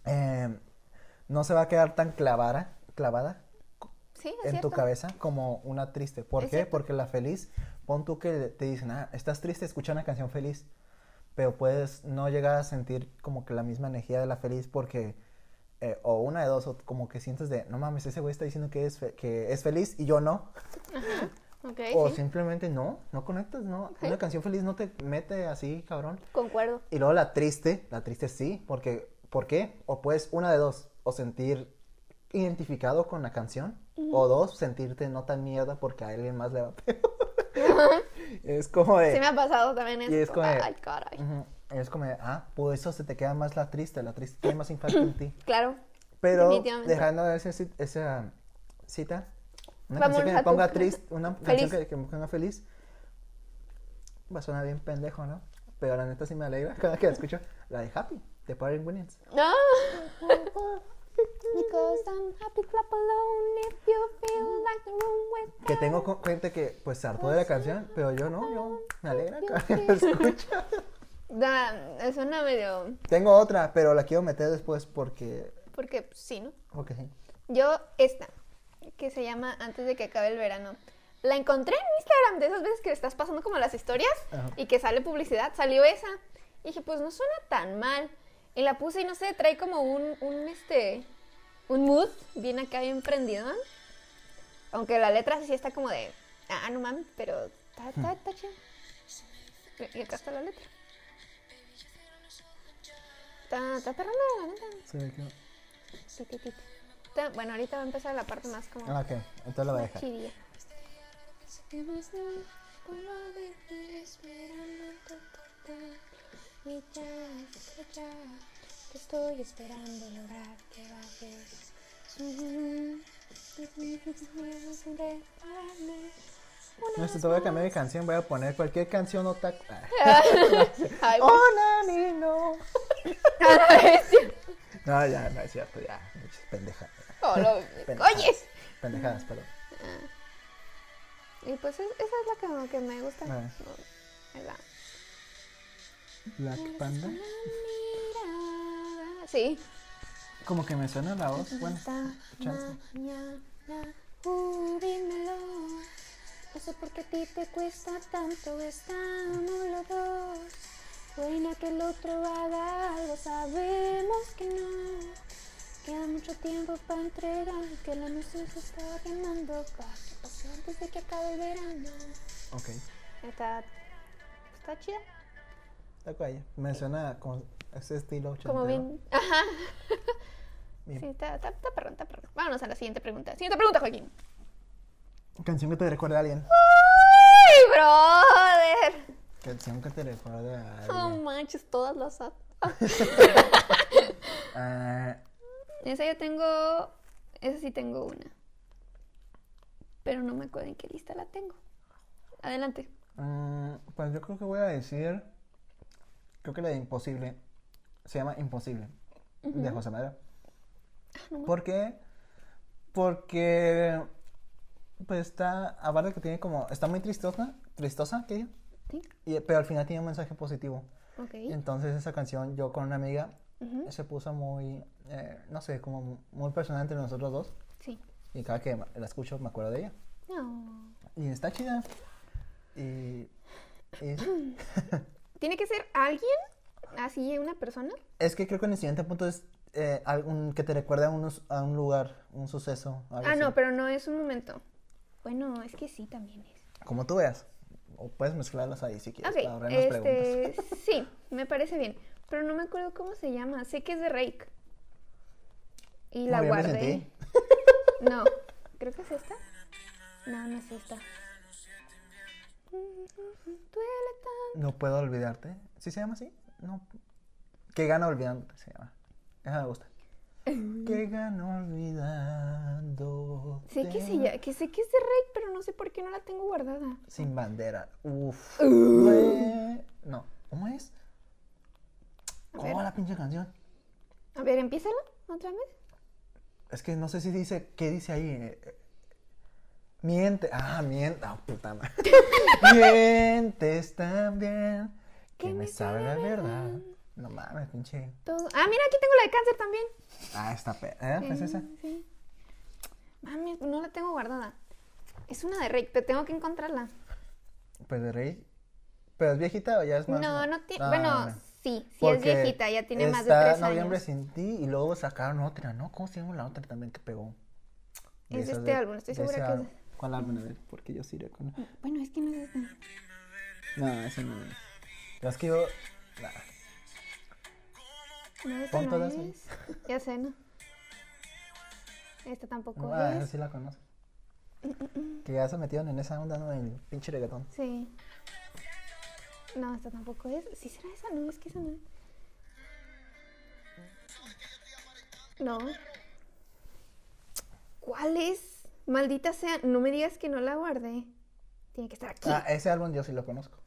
S1: eh, no se va a quedar tan clavada, clavada
S2: Sí, es
S1: en
S2: cierto.
S1: tu cabeza como una triste. ¿Por
S2: Es
S1: qué?
S2: cierto.
S1: Porque la feliz, pon tú que te dicen, ah, estás triste, escucha una canción feliz, pero puedes no llegar a sentir como que la misma energía de la feliz porque, eh, o una de dos, o como que sientes de, no mames, ese güey está diciendo que es, fe- que es feliz y yo no.
S2: Ok,
S1: o
S2: sí.
S1: simplemente no, no conectas, no. Una canción feliz no te mete así, cabrón.
S2: Concuerdo.
S1: Y luego la triste, la triste sí, porque, ¿por qué? O puedes, una de dos, o sentir identificado con la canción, o dos, sentirte no tan mierda porque a alguien más le va peor. es como de...
S2: Se me ha pasado también eso.
S1: y es como de-
S2: Ay, caray.
S1: Ujú, Es como de, ah, pues eso se te queda más la triste, la triste tiene más impacto en ti.
S2: Claro.
S1: Pero
S2: Definitivamente.
S1: dejando esa, ci- esa cita, una
S2: Vamos
S1: canción que
S2: a
S1: me
S2: tu-
S1: ponga triste, una
S2: Feliz.
S1: canción que, que me ponga feliz, va a sonar bien pendejo, ¿no? Pero la neta sí me alegra cada que la escucho, la de Happy, de Patrick Williams.
S2: No. Because I'm happy, clap alone if you feel like the room with
S1: Que tengo co-
S2: Pues Ah,
S1: gente que pues se hartó de la canción, pero yo no, yo me alegra cada que la escucho.
S2: Da, es una medio.
S1: Tengo otra, pero la quiero meter después porque.
S2: Porque pues, sí, ¿no?
S1: Porque sí.
S2: Yo, esta, que se llama Antes de que acabe el verano. La encontré en Instagram, de esas veces que estás pasando como las historias
S1: Ajá.
S2: y que sale publicidad, salió esa. Y dije, pues no suena tan mal. Y la puse y no sé, trae como un, un este, un mood, bien acá, bien prendidón. Aunque la letra sí está como de, ah, no mames, pero está, está, está chido. Y- Y acá está la letra. Está, está perrona, la neta.
S1: Se ve que-
S2: Ti, ti, ti, ti. Ta- Bueno, ahorita va a empezar la parte más como
S1: Ah, ok. Entonces la voy a dejar.
S2: chidilla.
S8: Estoy esperando lograr que bajes.
S1: No, esto te voy a cambiar de canción. Voy a poner cualquier canción o tac.
S2: Ay,
S1: Oh.
S2: güey.
S1: ¡Hola, Nino!
S2: A la bestia.
S1: No, ya, no es cierto, ya. Muchas pendejadas.
S2: Oh, lo-
S1: Pendejadas.
S2: Oyes.
S1: Pendejadas, perdón.
S2: Y pues es- esa es la que, como que me gusta.
S1: Ah.
S2: No, es la-
S1: Black Panda.
S2: Mirada. Sí.
S1: Como que me suena la voz. Bueno, chance.
S8: Mañana, uh, dímelo. No sé por qué a ti te cuesta tanto. Estamos los dos. Buena que el otro haga algo, sabemos que no. Queda mucho tiempo para entregar. Que la noche se está quemando. Va, que pasó antes de que acabe el verano.
S1: Ok.
S2: Está, está chida.
S1: Está cual. Me suena como ese estilo.
S2: Como
S1: ochentero.
S2: bien. Ajá.
S1: Bien.
S2: Sí, está, está, está perrón, está perrón. Vámonos a la siguiente pregunta. Siguiente pregunta, Joaquín.
S1: Canción que te recuerda a alguien.
S2: ¡Ay, brother!
S1: Canción que te recuerda a alguien.
S2: No manches, todas las amo.
S1: Ah,
S2: Esa yo tengo. Esa sí tengo una. Pero no me acuerdo en qué lista la tengo. Adelante.
S1: mm, pues yo creo que voy a decir. Creo que la de Imposible. Se llama Imposible. De José Madero. ¿Por qué? Porque. Pues está. Aparte que tiene como. Está muy tristosa. Tristosa, que
S2: Sí.
S1: Y, pero al final tiene un mensaje positivo.
S2: Ok.
S1: Entonces esa canción yo con una amiga se puso muy, eh, no sé, como muy personal entre nosotros dos.
S2: Sí.
S1: Y cada que ma- la escucho me acuerdo de ella.
S2: No.
S1: Y está chida. Y es,
S2: ¿Tiene que ser alguien? Así, una persona.
S1: es que creo que en el siguiente punto es eh, algún que te recuerda a, unos- a un lugar, un suceso. algo
S2: Ah,
S1: así.
S2: no, pero no es un momento. Bueno, es que sí también es.
S1: Como tú veas. O puedes mezclarlas ahí si quieres.
S2: Ok,
S1: para ahorrarnos preguntas.
S2: este, sí, me parece bien. Pero no me acuerdo cómo se llama. Sé que es de Rake. Y la
S1: Muy bien me
S2: guardé.
S1: sentí.
S2: No, creo que es esta. No, no es esta. Duele tanto.
S1: No puedo olvidarte. ¿Sí se llama así? No. Que gana olvidándote se llama. Esa me gusta. Que gana olvidando.
S2: Sé que, se lla- que sé que es de Rake, pero no sé por qué no la tengo guardada.
S1: Sin bandera. Uf.
S2: Uh.
S1: Güey. No. ¿Cómo es? ¿Cómo va la pinche canción?
S2: A ver, empiézala otra vez.
S1: Es que no sé si dice. ¿Qué dice ahí? Eh, eh, Miente. Ah, miente. Ah, puta madre. Mientes también. Que me sabe la verdad. No mames, pinche.
S2: Todo. Ah, mira, aquí tengo la de cáncer también.
S1: Ah, esta pe. ¿Eh? ¿Es esa?
S2: Sí. Mami, no la tengo guardada. Es una de Rake, pero tengo que encontrarla.
S1: Pues de rey. ¿Pero es viejita o ya es más?
S2: No, no tiene.
S1: Ah,
S2: bueno, sí, sí es
S1: porque
S2: viejita, ya tiene más de
S1: está
S2: tres
S1: Noviembre
S2: años.
S1: sin ti y luego sacaron otra, ¿no? ¿Cómo se llama la otra también que pegó? De
S2: Es de
S1: esas
S2: este álbum, estoy
S1: de
S2: segura
S1: ese
S2: que es
S1: álbum. ¿Cuál álbum? A ver, porque yo sí iré con.
S2: Bueno, es que no es esta.
S1: No, ese no es. Pero es que yo. nah,
S2: No, esta
S1: Pon
S2: no
S1: todas,
S2: es. Ya sé, ¿no? Esta tampoco
S1: ah, esa
S2: es. Mm,
S1: sí la conozco. Que ya se metieron en esa onda, ¿no? Del pinche reggaetón.
S2: Sí. No, esta tampoco es. ¿Sí será esa? No, es que esa no es. No. ¿Cuál es? Maldita sea, no me digas que no la guardé. Tiene que estar aquí.
S1: Ah, ese álbum yo sí lo conozco.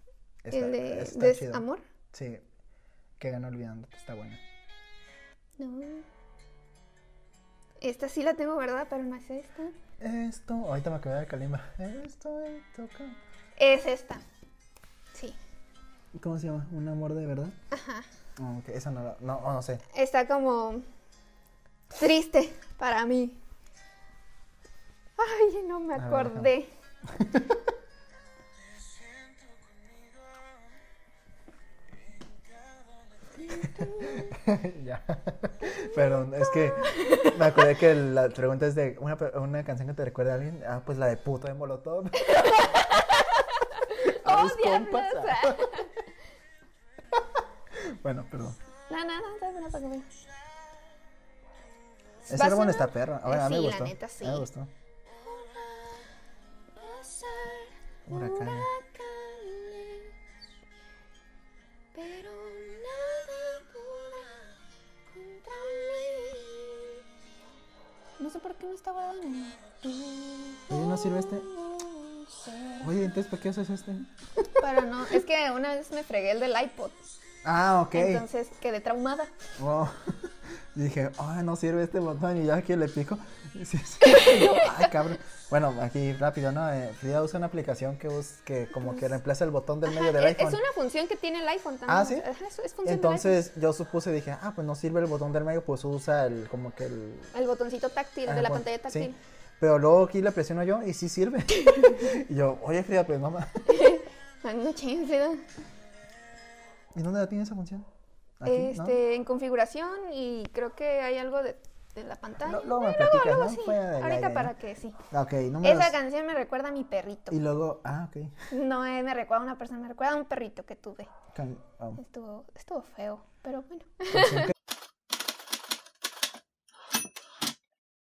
S1: Está,
S2: El de
S1: está chido.
S2: Desamor.
S1: Sí. Que ganó olvidando, está buena.
S2: No. Esta sí la tengo guardada, pero no es esta.
S1: Esto. Ahorita me acabé de Kalimba. Esto es toca.
S2: Es esta. Sí.
S1: ¿Cómo se llama? ¿Un amor de verdad? Ajá. esa no la. No, oh, no sé.
S2: Está como triste para mí. Ay, no me
S1: A ver, déjame.
S2: acordé.
S1: ya. Perdón, es que me acordé que la pregunta es de una, pe- una canción que te recuerda a alguien. Ah, pues la de puto de Molotov. A mis
S2: Obviamente,
S1: compas.
S2: o sea.
S1: bueno, perdón.
S2: No, no, no, está buena para comer.
S1: Ese
S2: ¿Vas a
S1: álbum
S2: una?
S1: está perro. A ver, a mí me
S2: Sí, la
S1: gustó.
S2: neta, sí.
S1: A mí me gustó. Huracanes.
S8: huracanes, pero nada podrá contra mí.
S2: No sé por qué no está guardando.
S1: Oye, ¿no sirve este? Oye, entonces, ¿para qué haces este?
S2: Para no. Es que una vez me fregué el del iPod.
S1: Ah, ok.
S2: Entonces quedé traumada.
S1: Oh. Dije, ah, no sirve este botón y ya que le pico. sí, sí. Yo, Ay, cabrón. Bueno, aquí rápido, ¿no? Eh, Frida usa una aplicación que, bus- que como que reemplaza el botón del medio del
S2: Ajá, e-, es-
S1: iPhone.
S2: Es una función que tiene el iPhone también.
S1: Ah, ¿sí?
S2: Ajá, es, pues. es función del
S1: Entonces yo supuse, dije, ah, pues no sirve el botón del medio, pues usa el, como que el...
S2: iPhone. El botoncito táctil
S1: ah,
S2: de la
S1: bueno,
S2: pantalla táctil.
S1: Sí. Pero luego aquí le presiono yo y sí sirve. y yo, oye Frida, pues mamá,
S2: Ay, Ah, no chingues, ¿no?
S1: ¿y dónde la tiene esa función? Aquí, ¿no?
S2: Este, en configuración y creo que hay algo de, de la pantalla. Eh,
S1: Lo- luego me
S2: Luego,
S1: platicas,
S2: luego,
S1: ¿no?
S2: sí.
S1: Fuera del
S2: Ahorita
S1: aire,
S2: para
S1: ¿no?
S2: que sí.
S1: Ah, Ok, números...
S2: Esa canción me recuerda a mi perrito.
S1: Y luego, ah, ok.
S2: No eh, me recuerda a una persona, me recuerda a un perrito que tuve.
S1: Can- oh,
S2: Estuvo, estuvo feo, pero bueno.
S1: canción que